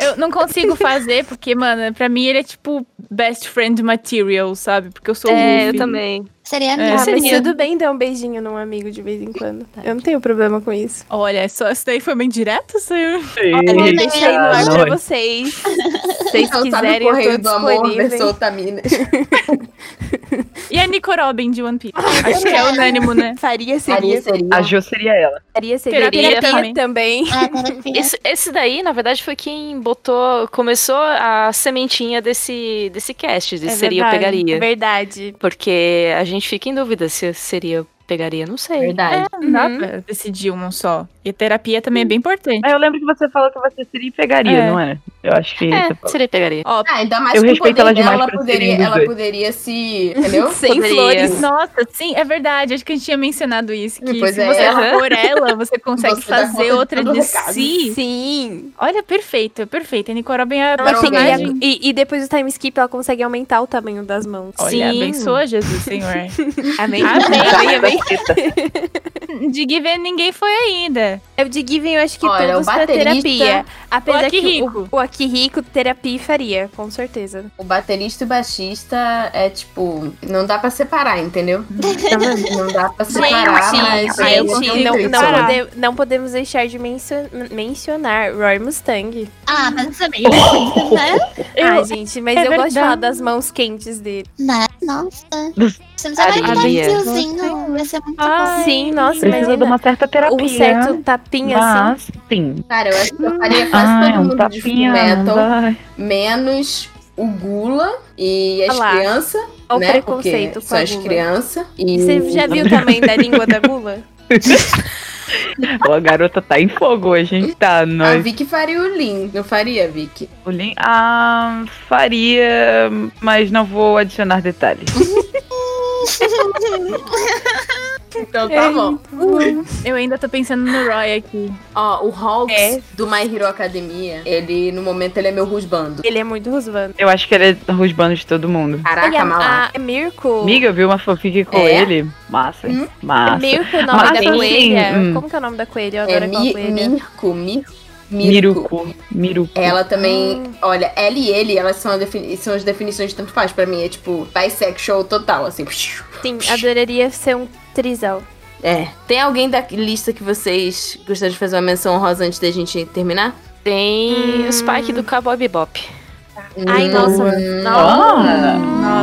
Eu não consigo fazer, porque, mano, pra mim ele é tipo best friend material, sabe? Porque eu sou o
É, eu
Luffy.
também.
Seria a
É,
Ah,
minha.
mas
seria.
tudo bem dar um beijinho num amigo de vez em quando. Eu não tenho problema com isso.
Olha, só isso daí foi bem direto, senhor.
Eu
Eita,
é
deixei no ar é pra
nós.
vocês. Se vocês
então sabe o
quiserem,
correio
eu
do
tô
amor
disponível.
versou Otamina.
E a Nico Robin de One Piece. Acho que é unânimo, né?
Faria
Faria seria.
seria.
A Jo seria ela.
Faria seria.
Terapia
Terapia
também.
também.
Ah, terapia.
Esse, esse daí, na verdade, foi quem botou. Começou a sementinha desse, desse cast, de
É
seria ou
verdade,
pegaria.
Verdade.
Porque a gente fica em dúvida se seria ou pegaria, não
É.
sei.
Verdade.
Não dá pra decidir Uhum. um só. E a terapia também é bem importante.
Ah, eu lembro que você falou que você seria e pegaria,
É.
não era? Eu acho que. você
É,
falou.
seria ou pegaria.
Ó,
Ah, ainda mais
Eu
que o
respeito
poder
ela demais
dela,
pra
ela poderia,
serem os
ela
dois.
poderia se. Entendeu?
Sem
Poderia.
flores.
nossa, sim, é verdade. Acho que a gente tinha mencionado isso. Que
Pois
se
é,
você
ela-
for ela, você consegue
Você dá conta
fazer
de
outra
todo o
de
recado.
si.
Sim.
Olha, perfeito, perfeito. A Nico Robin é a
Ela
Ela tem-
personagem.
personagem.
e, e depois do time skip, ela consegue aumentar o tamanho das mãos.
Olha,
Sim.
abençoa Jesus, Senhor.
Amém?
Amém.
Amém, amém.
tá?
De Given ninguém foi ainda.
Eu de Given, eu acho que
Olha,
todos
o
pra
baterista-
terapia. Apesar que
Akihiko.
o, o Akihiko, terapia faria, com certeza.
O baterista e o baixista é tipo. Não dá pra separar, entendeu?
Tá
Não dá pra separar, ah, mas.
Gente,
eu
gente,
consigo
não,
isso.
não,
Separar.
pode- não podemos deixar de mencio- mencionar Roy Mustang.
Ah, mas isso é meio difícil, né?
ah, gente, mas
é
eu gosto de falar
verdade.
das mãos quentes dele.
Né? Nossa. Precisamos
Ai,
mais um
Bia.
tiozinho. Vai ser muito bom.
Ai,
Sim, nossa,
Precisa de
imagina.
uma certa terapia.
Um certo tapinha assim.
mas, sim.
Cara, eu acho que eu faria quase
Ah, é
todo
um
mundo de full
tapinha.
metal,
vai.
menos o Gula e as
Olha lá.
crianças.
Olha o
né?
preconceito
Porque
com
são
a
as
gula.
crianças. E
Você já viu também da língua da gula?
Ó, a garota tá em fogo hoje, hein? Tá,
a
nós.
Vicky faria o Lin. Eu faria, Vicky.
O Lin- Ah, faria, mas não vou adicionar detalhes.
Então tá bom.
uh.
Eu ainda tô pensando no Roy aqui.
Ó, o Hawks
É.
do My Hero Academia, ele, no momento, ele é meu rusbando.
Ele é muito Rusvando.
Eu acho que ele é rusbando de todo mundo.
Caraca, malá.
a ah, é Mirko. É
Amiga, eu vi uma fanfic com
É?
ele. Massa, hein?
Hum?
massa.
Mirko, o nome
Massa,
da
assim,
sim.
coelha.
Hum.
Como que é o nome da coelha? Eu
É
adoro aquela
Mi,
coelha.
Mirko, Mirko. Miruku.
Miruku. Miruku.
Ela também, olha, ela e ele, elas são, a defini- são as definições de tanto faz. Pra mim é tipo bisexual total, assim.
Sim, adoraria ser um trisal.
É. Tem alguém da lista que vocês gostariam de fazer uma menção honrosa antes da gente terminar?
Tem o Spike do Cowboy Bebop.
Ai,
Hum.
nossa.
Ah,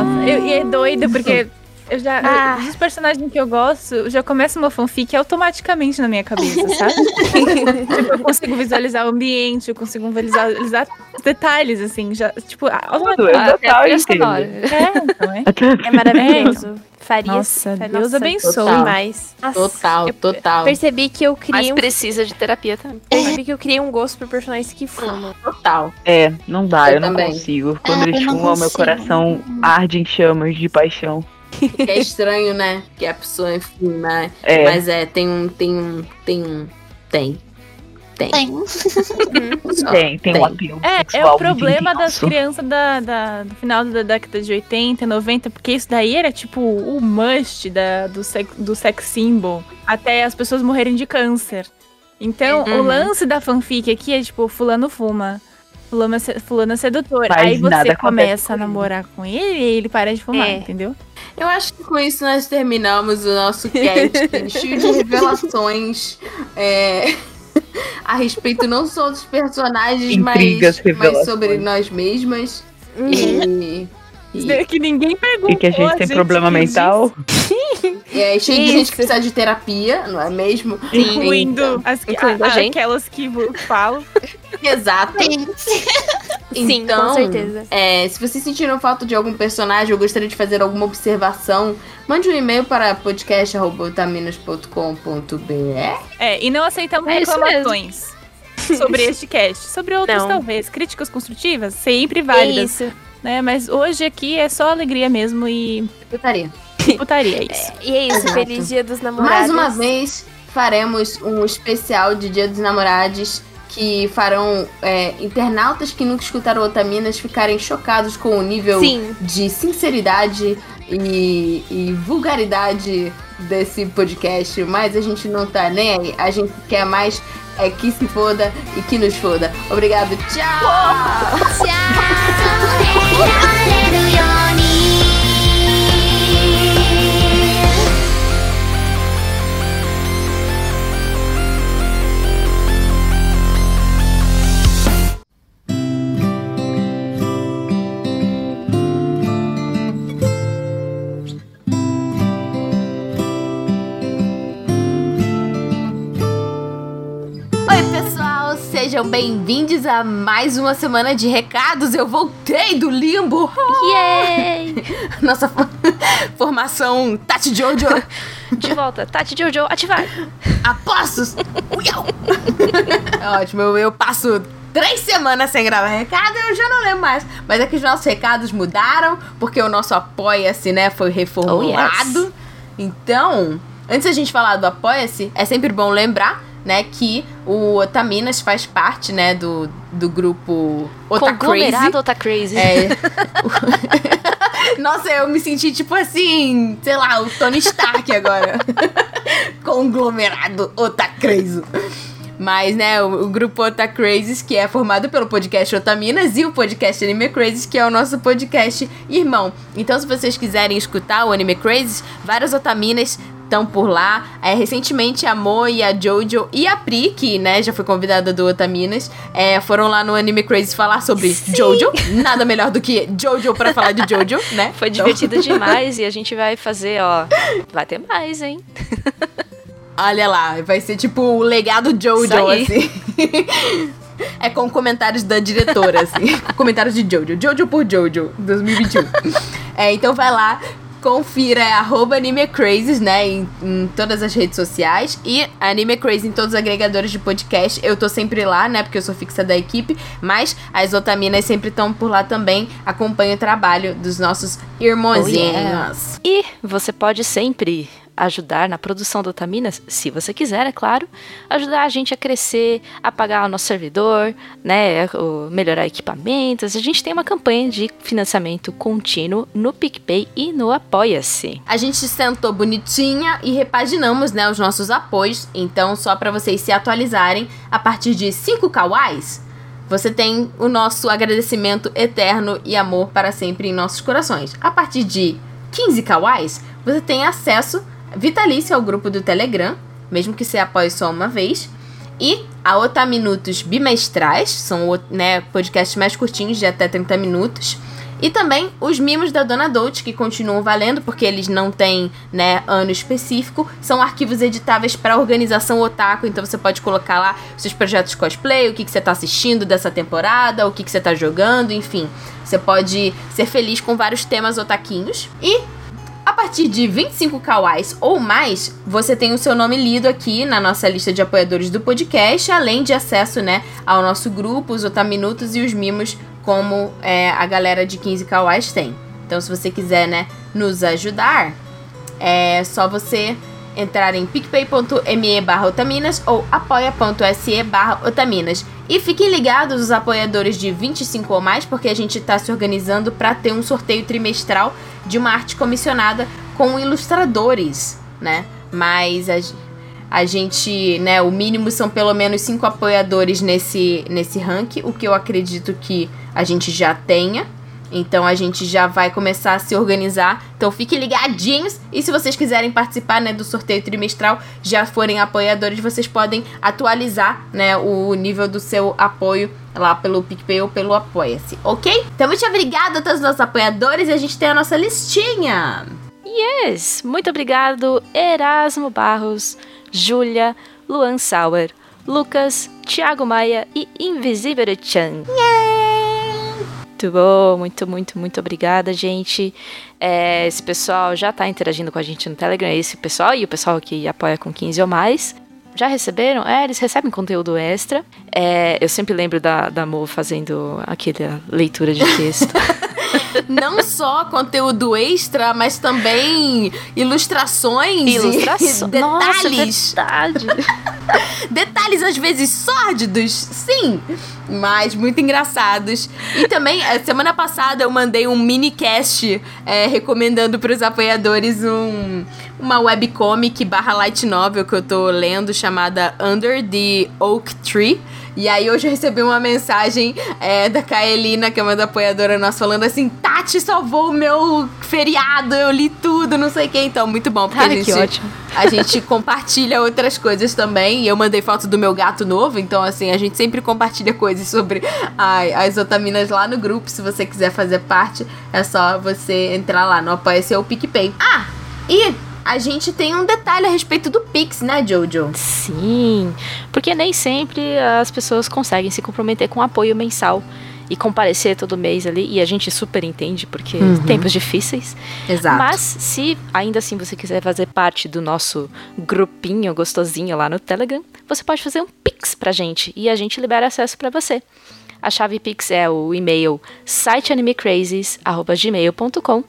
Nossa, eu- e é doido, porque eu já.
Ah.
Dos personagens que eu gosto, já começa uma fanfic automaticamente na minha cabeça, sabe? tipo, eu consigo visualizar o ambiente, eu consigo visualizar os detalhes, assim, já. Tipo,
tudo,
automaticamente.
Até
eu
a
total
trilha
entendo.
sonora.
É, então é.
É maravilhoso. Faria
Nossa,
faria-
Deus
nossa,
abençoe.
Total.
Demais. Nossa,
Total,
eu
total.
Percebi que eu criei
Mas
um,
precisa de terapia também.
percebi que eu criei um gosto por personagens que fumam.
Total.
É, não dá, eu,
Eu
não
também. É,
consigo. Quando
eu
eles
não
fumam, meu
consigo.
coração arde em chamas de paixão.
Que é estranho, né? Que a pessoa, enfim, mas
É,
mas é, tem um, tem um, tem um, tem.
Tem.
Só.
tem, tem, um
tem.
apelo
É, é
sexual
o
muito
problema das
intenso.
crianças da, da- do final da década de 80, 90, porque isso daí era tipo o must da, do, sex, do sex symbol, até as pessoas morrerem de câncer. Então, o
Uhum.
lance da fanfic aqui é tipo, fulano fuma, fulano é, se- fulano é sedutor.
Mas
Aí
nada
você
acontece com
começa a
ele.
namorar com ele e ele para de fumar,
É.
entendeu?
Eu acho que com isso nós terminamos o nosso cast cheio de revelações é, a respeito não só dos personagens,
Intrigas,
mas, mas
revelações.
sobre nós mesmas.
Uhum.
E, e-
É Que ninguém perguntou.
E que a gente tem problema
que
mental.
e é cheio de
Isso.
gente que precisa de terapia, não é mesmo? Então,
existe, Incluindo, as, que-
Incluindo a
a-
gente.
aquelas que vo- falam.
Exato.
Sim,
Então,
com certeza.
É, se vocês sentiram falta de algum personagem ou gostaria de fazer alguma observação, mande um e-mail para podcast.otaminas.com.br.
É, e não aceitamos
É isso
reclamações sobre este cast. Sobre outros,
Não.
talvez. Críticas construtivas, sempre
É
válidas,
isso.
né? Mas hoje aqui é só alegria mesmo e
Secretaria.
putaria, é isso.
E é isso.
Exato.
Feliz dia dos namorados.
Mais uma vez, faremos um especial de Dia dos Namorados que farão é, internautas que nunca escutaram Otaminas ficarem chocados com o nível
Sim.
de sinceridade e, e vulgaridade desse podcast, mas a gente não tá nem aí. A gente quer mais é que se foda e que nos foda. Obrigado, tchau!
Oi, pessoal, sejam bem-vindos a mais uma semana de recados. Eu voltei do limbo.
Yay!
Nossa fo- formação Tati Jojo.
De volta, Tati Jojo, ativar!
Apostos. Uiau. É ótimo, eu, eu passo três semanas sem gravar recado, eu já não lembro mais. Mas é que os nossos recados mudaram, porque o nosso apoia-se, né, foi reformulado. Então, antes da gente falar do apoia-se, é sempre bom lembrar, né, que o Otaminas faz parte, né, do, do grupo Otacrazy.
Conglomerado tá crazy.
É. Nossa, eu me senti tipo assim, sei lá, o Tony Stark agora. Conglomerado Otacrazy. Mas, né, o, o grupo Ota Crazes, que é formado pelo podcast Otaminas e o podcast Anime Crazes, que é o nosso podcast irmão. Então, se vocês quiserem escutar o Anime Crazes, várias Otaminas estão por lá. É, recentemente, a Mo e a Jojo e a Pri, que, né, já foi convidada do Otaminas, é, foram lá no Anime Crazes falar sobre Jojo. Nada melhor do que Jojo pra falar de Jojo, né?
Foi
Então-
divertido demais e a gente vai fazer, ó. Vai ter mais, hein?
Olha lá, vai ser tipo o legado Jojo,
Isso aí.
assim. É com comentários da diretora, assim. comentários de Jojo. Jojo por Jojo, 2021. é, então vai lá, confira, é arroba AnimeCrazes, né? Em, em todas as redes sociais. E AnimeCrazy em todos os agregadores de podcast. Eu tô sempre lá, né? Porque eu sou fixa da equipe. Mas as otaminas sempre estão por lá também. Oh, Acompanha o trabalho dos nossos irmãozinhos.
E você pode sempre ajudar na produção do Otaminas, se você quiser, é claro, ajudar a gente a crescer, a pagar o nosso servidor, né, o- melhorar equipamentos. A gente tem uma campanha de financiamento contínuo no PicPay e no Apoia-se.
A gente sentou bonitinha e repaginamos, né, os nossos apoios. Então, só pra vocês se atualizarem, a partir de 5 kawais, você tem o nosso agradecimento eterno e amor para sempre em nossos corações. A partir de 15 kawais, você tem acesso vitalício ao grupo do Telegram, mesmo que você apoie só uma vez. E a Otaminutos bimestrais, são né, podcasts mais curtinhos, de até 30 minutos. E também os mimos da Dona Dolce, que continuam valendo, porque eles não têm né, ano específico. São arquivos editáveis para organização otaku, então você pode colocar lá seus projetos cosplay, o que, que você está assistindo dessa temporada, o que, que você está jogando, enfim. Você pode ser feliz com vários temas otaquinhos. E a partir de 25 kawais ou mais, você tem o seu nome lido aqui na nossa lista de apoiadores do podcast, além de acesso né, ao nosso grupo, os Otaminutos e os mimos como é, a galera de 15 kawais tem. Então, se você quiser, né, nos ajudar, é só você entrar em picpay.me barra otaminas ou apoia.se barra otaminas. E fiquem ligados os apoiadores de 25 ou mais, porque a gente está se organizando para ter um sorteio trimestral de uma arte comissionada com ilustradores, né? Mas a, a gente, né, o mínimo são pelo menos cinco apoiadores nesse, nesse ranking, o que eu acredito que a gente já tenha. Então a gente já vai começar a se organizar. Então fiquem ligadinhos. E se vocês quiserem participar né, do sorteio trimestral, já forem apoiadores, vocês podem atualizar né, o nível do seu apoio lá pelo PicPay ou pelo Apoia-se, ok? Então muito obrigada a todos os nossos apoiadores e a gente tem a nossa listinha.
Yes! Muito obrigado, Erasmo Barros, Júlia, Luan Sauer, Lucas, Thiago Maia e Invisível Chan. Muito bom, muito, muito, muito obrigada, gente. É, esse pessoal já tá interagindo com a gente no Telegram, esse pessoal e o pessoal que apoia com 15 ou mais. Já receberam? É, eles recebem conteúdo extra. É, eu sempre lembro da, da Mo fazendo aquela leitura de texto.
Não só conteúdo extra, mas também ilustrações, e
Ilustrações. Nossa,
detalhes.
verdade.
detalhes às vezes sórdidos, sim, mas muito engraçados. E também, eh, semana passada eu mandei um minicast eh, recomendando para os apoiadores um, uma webcomic barra light novel que eu tô lendo chamada Under the Oak Tree. E aí hoje eu recebi uma mensagem eh, da Kaelina, que é uma da apoiadora nossa, falando assim, Tati salvou o meu feriado, eu li tudo, não sei o que. Então, muito bom, porque a
Ai,
gente
Ah, que ótimo.
a gente compartilha outras coisas também. E eu mandei foto do meu gato novo, então assim, a gente sempre compartilha coisas sobre a- as otaminas lá no grupo. Se você quiser fazer parte, é só você entrar lá no Apoia-se ou PicPay. Ah, e a gente tem um detalhe a respeito do Pix, né, Jojo?
Sim, porque nem sempre as pessoas conseguem se comprometer com apoio mensal e comparecer todo mês ali. E a gente super entende, porque
Uhum.
tempos difíceis.
Exato.
Mas se ainda assim você quiser fazer parte do nosso grupinho gostosinho lá no Telegram, você pode fazer um Pix pra gente e a gente libera acesso pra você. A chave Pix é o e-mail siteanimecrazes@gmail.com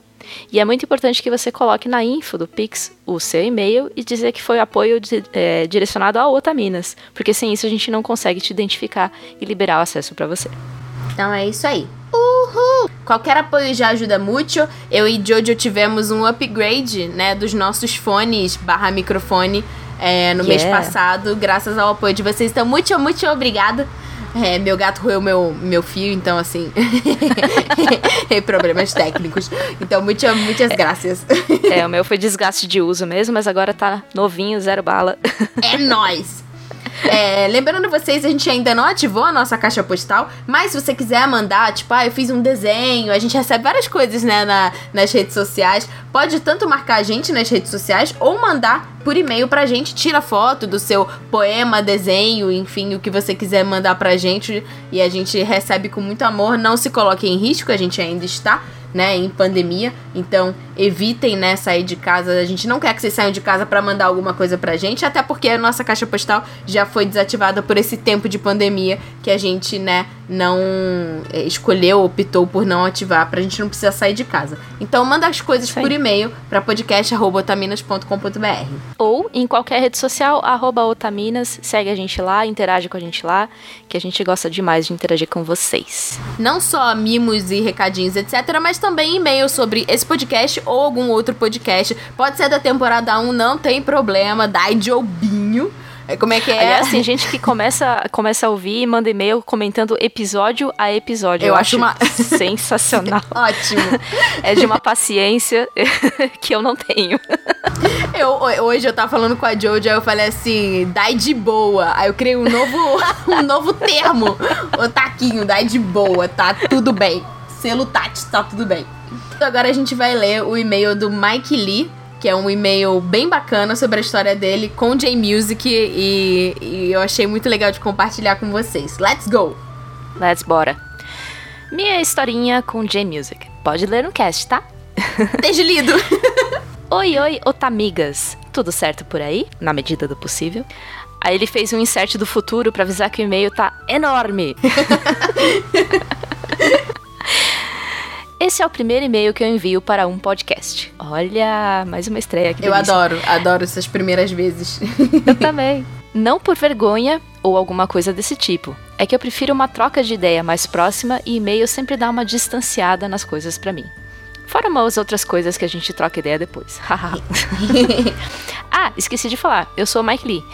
e é muito importante que você coloque na info do Pix o seu e-mail e dizer que foi apoio di- eh, direcionado a Otaminas, porque sem isso a gente não consegue te identificar e liberar o acesso pra você.
Então é isso aí. Uhul! Qualquer apoio já ajuda muito. Eu e Jojo tivemos um upgrade, né, dos nossos fones barra microfone é, no mês
Yeah.
passado, graças ao apoio de vocês. Então, muito, muito obrigada. É, meu gato roeu meu, meu fio, então assim. problemas técnicos. Então, muito, muitas graças.
é, o meu foi desgaste de uso mesmo, mas agora tá novinho, zero bala.
É nóis! É, lembrando vocês, a gente ainda não ativou a nossa caixa postal, mas se você quiser mandar, tipo, ah, eu fiz um desenho, a gente recebe várias coisas, né, na- nas redes sociais. Pode tanto marcar a gente nas redes sociais ou mandar por e-mail pra gente, tira foto do seu poema, desenho, enfim, o que você quiser mandar pra gente e a gente recebe com muito amor. Não se coloque em risco, a gente ainda está, né, em pandemia. Então, evitem, né, sair de casa. A gente não quer que vocês saiam de casa pra mandar alguma coisa pra gente, até porque a nossa caixa postal já foi desativada por esse tempo de pandemia que a gente, né, não é, escolheu, optou por não ativar, pra gente não precisar sair de casa. Então manda as coisas
Isso aí.
por e-mail pra podcast.otaminas.com.br.
Ou em qualquer rede social, arroba Otaminas, segue a gente lá, interage com a gente lá, que a gente gosta demais de interagir com vocês.
Não só mimos e recadinhos, etc., mas também e-mails sobre esse podcast ou algum outro podcast. Pode ser da temporada 1, não tem problema, dai de obinho. É, Como é que é?
Aliás, tem gente que começa, começa a ouvir e manda e-mail comentando episódio a episódio.
Eu acho uma-
sensacional.
Ótimo.
É de uma paciência que eu não tenho.
Eu, ho- hoje eu tava falando com a Jojo, aí eu falei assim, dai de boa. Aí eu criei um novo, um novo termo. O taquinho, dai de boa, tá tudo bem. Selo Tati, tá tudo bem. Agora a gente vai ler o e-mail do Mike Lee, que é um e-mail bem bacana sobre a história dele com J-Music e, e eu achei muito legal de compartilhar com vocês. Let's go!
Let's bora. Minha historinha com J-Music. Pode ler no cast, tá?
Desde lido!
Oi, oi, otamigas. Tudo certo por aí? Na medida do possível. Aí ele fez um insert do futuro pra avisar que o e-mail tá enorme. Esse é o primeiro e-mail que eu envio para um podcast. Olha, mais uma estreia aqui.
Eu adoro, adoro essas primeiras vezes.
Eu também. Não por vergonha ou alguma coisa desse tipo. É que eu prefiro uma troca de ideia mais próxima e e-mail sempre dá uma distanciada nas coisas pra mim. Fora umas outras coisas que a gente troca ideia depois. Haha. ah, esqueci de falar. Eu sou Mike Lee.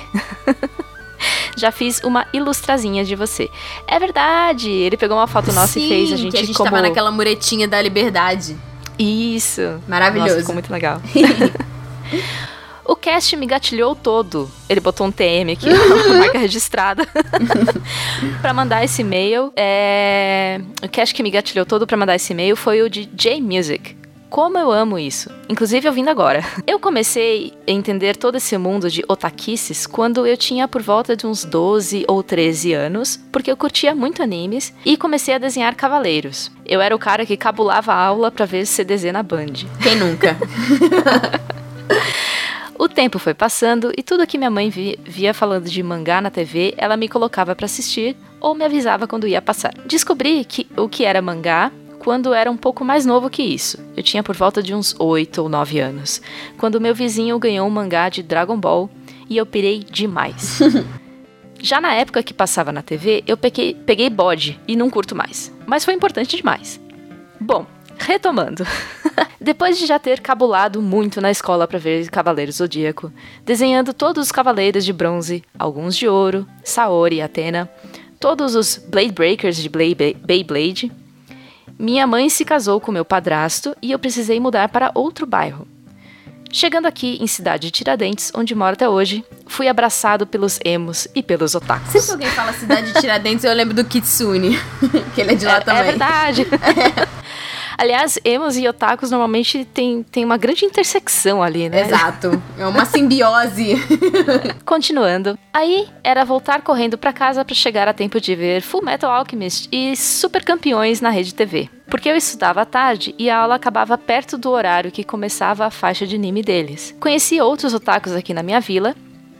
Já fiz uma ilustrazinha de você. É verdade! Ele pegou uma foto nossa e fez a gente,
que a gente
como...
tava naquela muretinha da liberdade.
Isso!
Maravilhoso.
Nossa, ficou muito legal. o cast me gatilhou todo. Ele botou um TM aqui, uma marca registrada. pra mandar esse e-mail. é, O cast que me gatilhou todo pra mandar esse e-mail foi o de J-Music. Como eu amo isso. Inclusive ouvindo agora. Eu comecei a entender todo esse mundo de otakices quando eu tinha por volta de uns 12 ou 13 anos, porque eu curtia muito animes e comecei a desenhar cavaleiros. Eu era o cara que cabulava a aula pra ver CDZ na Band.
Quem nunca?
O tempo foi passando e tudo que minha mãe vi- via falando de mangá na TV, ela me colocava pra assistir ou me avisava quando ia passar. Descobri que o que era mangá quando era um pouco mais novo que isso. Eu tinha por volta de uns 8 ou 9 anos, quando meu vizinho ganhou um mangá de Dragon Ball e eu pirei demais. Já na época que passava na TV, eu peguei, peguei bode e não curto mais. Mas foi importante demais. Bom, retomando. Depois de já ter cabulado muito na escola para ver Cavaleiro Zodíaco, desenhando todos os cavaleiros de bronze, alguns de ouro, Saori e Atena, todos os Blade Breakers de Blade- Bay- Beyblade, minha mãe se casou com meu padrasto e eu precisei mudar para outro bairro. Chegando aqui em Cidade de Tiradentes, onde moro até hoje, fui abraçado pelos emos e pelos otakus.
Sempre que alguém fala cidade de Tiradentes, eu lembro do Kitsune, que ele é de lá
É-
também.
É verdade. Aliás, emos e otakus normalmente tem, tem uma grande intersecção ali, né?
Exato. É uma simbiose.
Continuando. Aí era voltar correndo pra casa pra chegar a tempo de ver Full Metal Alchemist e Super Campeões na rede TV. Porque eu estudava à tarde e a aula acabava perto do horário que começava a faixa de anime deles. Conheci outros otakus aqui na minha vila.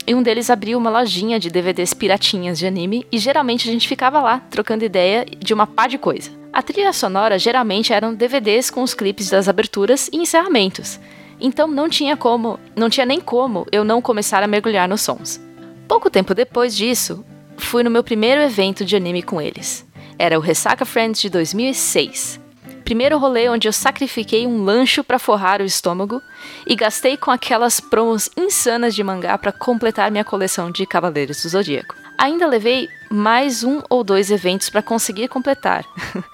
E um deles abriu uma lojinha de DVDs piratinhas de anime e geralmente a gente ficava lá trocando ideia de uma pá de coisa. A trilha sonora geralmente eram DVDs com os clipes das aberturas e encerramentos. Então não tinha como, não tinha nem como eu não começar a mergulhar nos sons. Pouco tempo depois disso, fui no meu primeiro evento de anime com eles. Era o Ressaca Friends de 2006. Primeiro rolê onde eu sacrifiquei um lancho pra forrar o estômago e gastei com aquelas promos insanas de mangá pra completar minha coleção de Cavaleiros do Zodíaco. Ainda levei mais um ou dois eventos pra conseguir completar.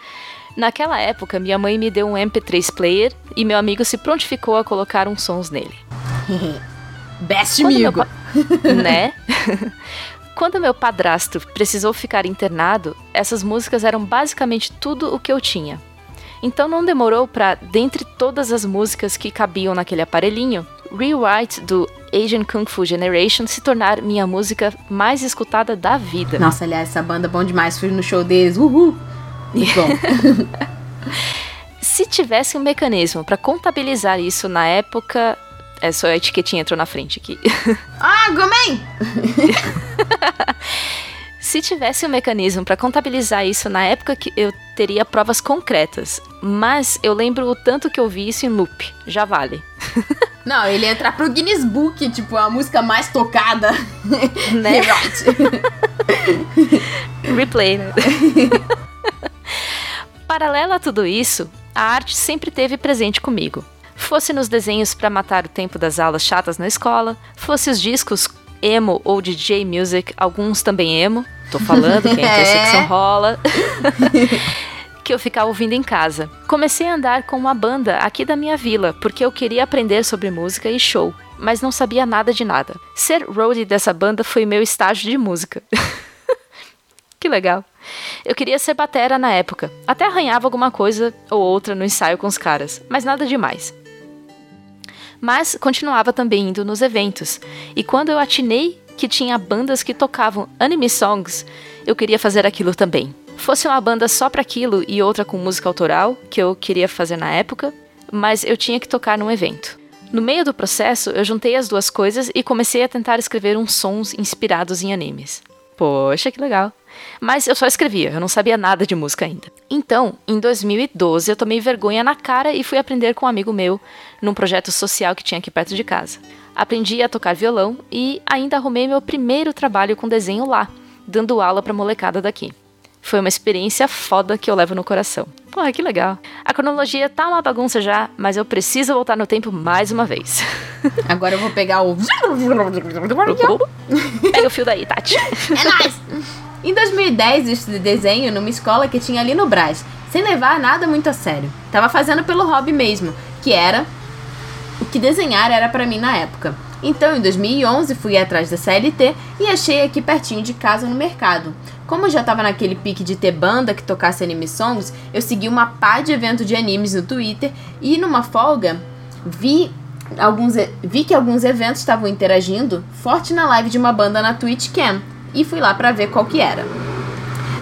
Naquela época, minha mãe me deu um MP3 player e meu amigo se prontificou a colocar uns sons nele.
Best
Quando meu
amigo.
pa- né? Quando meu padrasto precisou ficar internado, essas músicas eram basicamente tudo o que eu tinha. Então não demorou pra, dentre todas as músicas que cabiam naquele aparelhinho, Rewrite do Asian Kung Fu Generation se tornar minha música mais escutada da vida.
Nossa, aliás, essa banda é bom demais. Fui no show deles. Uhul. Muito bom.
Se tivesse um mecanismo pra contabilizar isso na época, é só a etiquetinha entrou na frente aqui.
ah, Gomen!
Se tivesse um mecanismo pra contabilizar isso na época que eu teria provas concretas, mas eu lembro o tanto que eu vi isso em loop, já vale.
Não, ele ia entrar pro Guinness Book, tipo, a música mais tocada.
Né?
Right.
Replay, né? Paralelo a tudo isso, a arte sempre teve presente comigo. Fosse nos desenhos para matar o tempo das aulas chatas na escola, fosse os discos emo ou DJ music, alguns também emo, tô falando, quem é intersecção rola, que eu ficava ouvindo em casa. Comecei a andar com uma banda aqui da minha vila, porque eu queria aprender sobre música e show, mas não sabia nada de nada. Ser roadie dessa banda foi meu estágio de música. que legal. Eu queria ser batera na época. Até arranhava alguma coisa ou outra no ensaio com os caras, mas nada demais. Mas continuava também indo nos eventos. E quando eu atinei que tinha bandas que tocavam anime songs, eu queria fazer aquilo também. Fosse uma banda só para aquilo e outra com música autoral, que eu queria fazer na época, mas eu tinha que tocar num evento. No meio do processo, eu juntei as duas coisas e comecei a tentar escrever uns sons inspirados em animes. Poxa, que legal! Mas eu só escrevia, eu não sabia nada de música ainda. Então, em 2012, eu tomei vergonha na cara e fui aprender com um amigo meu num projeto social que tinha aqui perto de casa. Aprendi a tocar violão e ainda arrumei meu primeiro trabalho com desenho lá, dando aula pra molecada daqui. Foi uma experiência foda que eu levo no coração. Porra, que legal. A cronologia tá uma bagunça já, mas eu preciso voltar no tempo mais uma vez.
Agora eu vou pegar o.
Pega o fio daí, Tati.
É nóis! Em 2010, eu estudei desenho numa escola que tinha ali no Brás, sem levar nada muito a sério. Tava fazendo pelo hobby mesmo, que era o que desenhar era pra mim na época. Então, em 2011, fui atrás da CLT e achei aqui pertinho de casa no mercado. Como eu já tava naquele pique de ter banda que tocasse anime songs, eu segui uma pá de evento de animes no Twitter e numa folga vi alguns e- vi que alguns eventos estavam interagindo forte na live de uma banda na Twitch Cam e fui lá pra ver qual que era.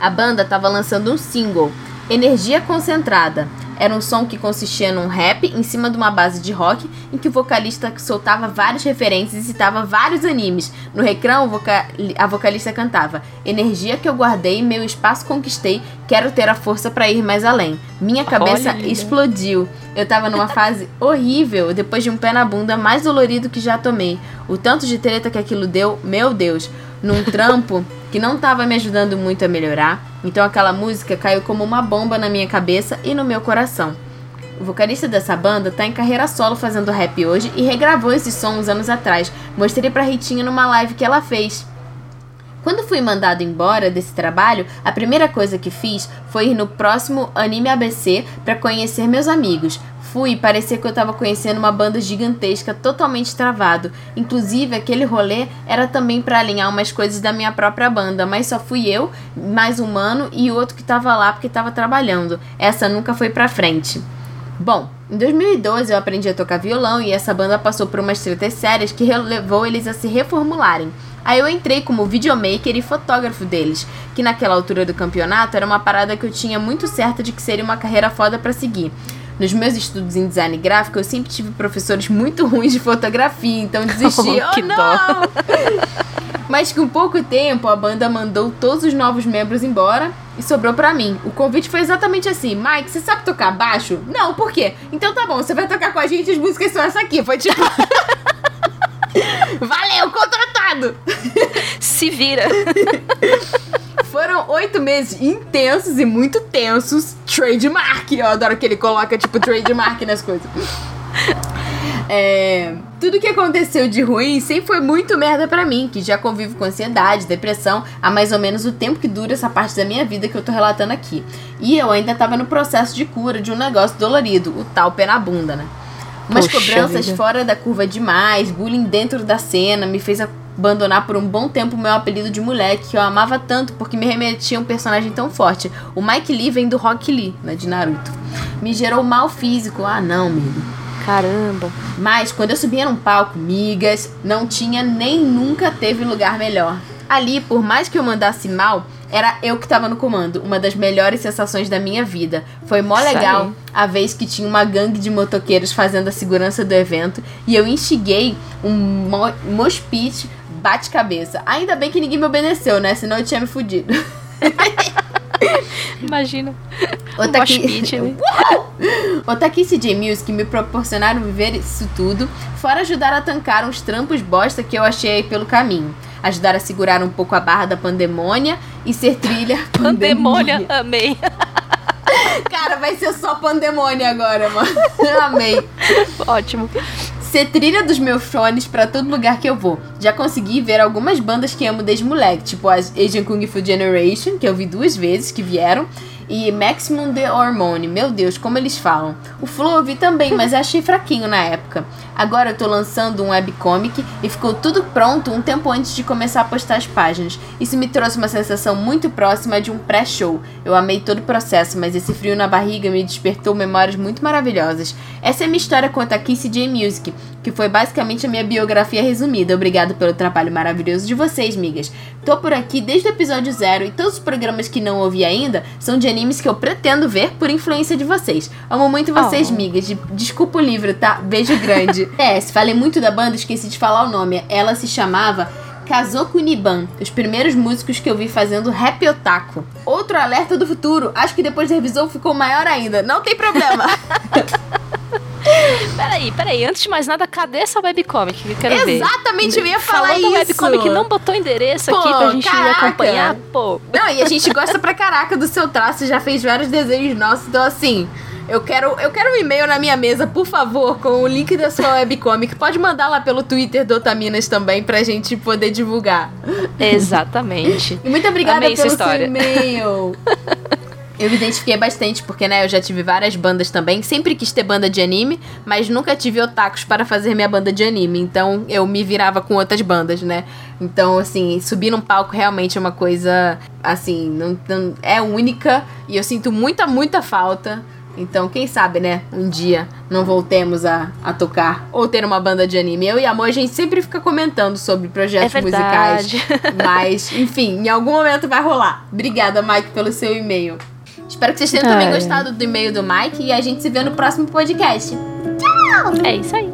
A banda tava lançando um single, Energia Concentrada. Era um som que consistia num rap em cima de uma base de rock em que o vocalista soltava várias referências e citava vários animes. No recrão, o voca- a vocalista cantava: Energia que eu guardei, meu espaço conquistei, quero ter a força pra ir mais além. Minha cabeça
Olha.
explodiu. Eu tava numa fase horrível, depois de um pé na bunda mais dolorido que já tomei. O tanto de treta que aquilo deu, meu Deus, num trampo que não tava me ajudando muito a melhorar. Então aquela música caiu como uma bomba na minha cabeça e no meu coração. O vocalista dessa banda tá em carreira solo fazendo rap hoje e regravou esse som uns anos atrás. Mostrei pra Ritinha numa live que ela fez. Quando fui mandado embora desse trabalho, a primeira coisa que fiz foi ir no próximo Anime ABC pra conhecer meus amigos. Fui e parecia que eu tava conhecendo uma banda gigantesca, totalmente travado. Inclusive, aquele rolê era também pra alinhar umas coisas da minha própria banda, mas só fui eu, mais um mano e outro que tava lá porque tava trabalhando. Essa nunca foi pra frente. Bom, em 2012 eu aprendi a tocar violão e essa banda passou por umas tretas sérias que levou eles a se reformularem. Aí eu entrei como videomaker e fotógrafo deles, que naquela altura do campeonato era uma parada que eu tinha muito certa de que seria uma carreira foda pra seguir. Nos meus estudos em design gráfico, eu sempre tive professores muito ruins de fotografia, então desisti.
que
Oh,
dó.
mas com pouco tempo, a banda mandou todos os novos membros embora e sobrou pra mim. O convite foi exatamente assim: Mike, você sabe tocar baixo? Não, por quê? Então tá bom, você vai tocar com a gente as músicas são essa aqui. Foi tipo. Valeu, contratado!
Se vira.
Foram oito meses intensos e muito tensos. Trademark! Eu adoro que ele coloca, tipo, trademark nas coisas. É, tudo que aconteceu de ruim sempre foi muito merda pra mim, que já convivo com ansiedade, depressão, há mais ou menos o tempo que dura essa parte da minha vida que eu tô relatando aqui. E eu ainda tava no processo de cura de um negócio dolorido, o tal pé na bunda, né? Umas
Poxa
cobranças
vida.
fora da curva demais, bullying dentro da cena, me fez abandonar por um bom tempo o meu apelido de moleque, que eu amava tanto porque me remetia a um personagem tão forte. O Mike Lee vem do Rock Lee, né, de Naruto. Me gerou mal físico. Ah, não, amigo.
Caramba.
Mas quando eu subia num palco, migas, não tinha nem nunca teve lugar melhor. Ali, por mais que eu mandasse mal, Era eu que tava no comando. Uma das melhores sensações da minha vida. Foi mó
Isso
legal
aí.
a vez que tinha uma gangue de motoqueiros fazendo a segurança do evento e eu instiguei um mo- mospit bate-cabeça. Ainda bem que ninguém me obedeceu, né? Senão eu tinha me fudido.
Imagina. Um
Outra que-
mosh pit, né?
Otakice J Music me proporcionaram viver isso tudo, fora ajudar a tancar uns trampos bosta que eu achei aí pelo caminho. Ajudar a segurar um pouco a barra da pandemônia e ser trilha
Pandemônia, amei.
Cara, vai ser só pandemônia agora, mano. Amei.
Ótimo.
Ser trilha dos meus fones pra todo lugar que eu vou. Já consegui ver algumas bandas que amo desde moleque, tipo as Asian Kung Fu Generation, que eu vi duas vezes, que vieram, e Maximum The Hormone. Meu Deus, como eles falam. O Flow eu vi também, mas achei fraquinho na época. Agora eu tô lançando um webcomic e ficou tudo pronto um tempo antes de começar a postar as páginas. Isso me trouxe uma sensação muito próxima de um pré-show. Eu amei todo o processo, mas esse frio na barriga me despertou memórias muito maravilhosas. Essa é minha história com a Kiss J Music, que foi basicamente a minha biografia resumida. Obrigado pelo trabalho maravilhoso de vocês, migas. Tô por aqui desde o episódio zero e todos os programas que não ouvi ainda são de animes que eu pretendo ver por influência de vocês. Amo muito vocês,
Oh.
migas. De- Desculpa o livro, tá? Beijo grande. é, se falei muito da banda, esqueci de falar o nome. Ela se chamava Kazoku Niban, os primeiros músicos que eu vi fazendo rap otaku. Outro alerta do futuro, acho que depois da revisão ficou maior ainda, não tem problema.
Peraí, peraí. Antes de mais nada, cadê essa webcomic? Que eu quero ver.
Exatamente, eu ia falar
Falou da
isso.
webcomic, não botou endereço aqui
Pô,
pra gente
caraca.
acompanhar? Pô,
Não, e a gente gosta pra caraca do seu traço, já fez vários desenhos nossos, então assim, eu quero, eu quero um e-mail na minha mesa, por favor, com o link da sua webcomic. Pode mandar lá pelo Twitter do Otaminas também pra gente poder divulgar.
exatamente.
E muito obrigada
Amei sua
pelo seu
história.
e-mail. Eu me identifiquei bastante, porque, né, eu já tive várias bandas também. Sempre quis ter banda de anime, mas nunca tive otakus para fazer minha banda de anime. Então, eu me virava com outras bandas, né? Então, assim, subir num palco realmente é uma coisa, assim, não, não- é única. E eu sinto muita, muita falta. Então, quem sabe, né, um dia não voltemos a, a tocar ou ter uma banda de anime. Eu e a Mo, a gente sempre fica comentando sobre
É
projetos musicais.
verdade.
Mas, enfim, em algum momento vai rolar. Obrigada, Mike, pelo seu e-mail. Espero que vocês tenham também
Ai.
gostado do e-mail do Mike e a gente se vê no próximo podcast.
É isso aí.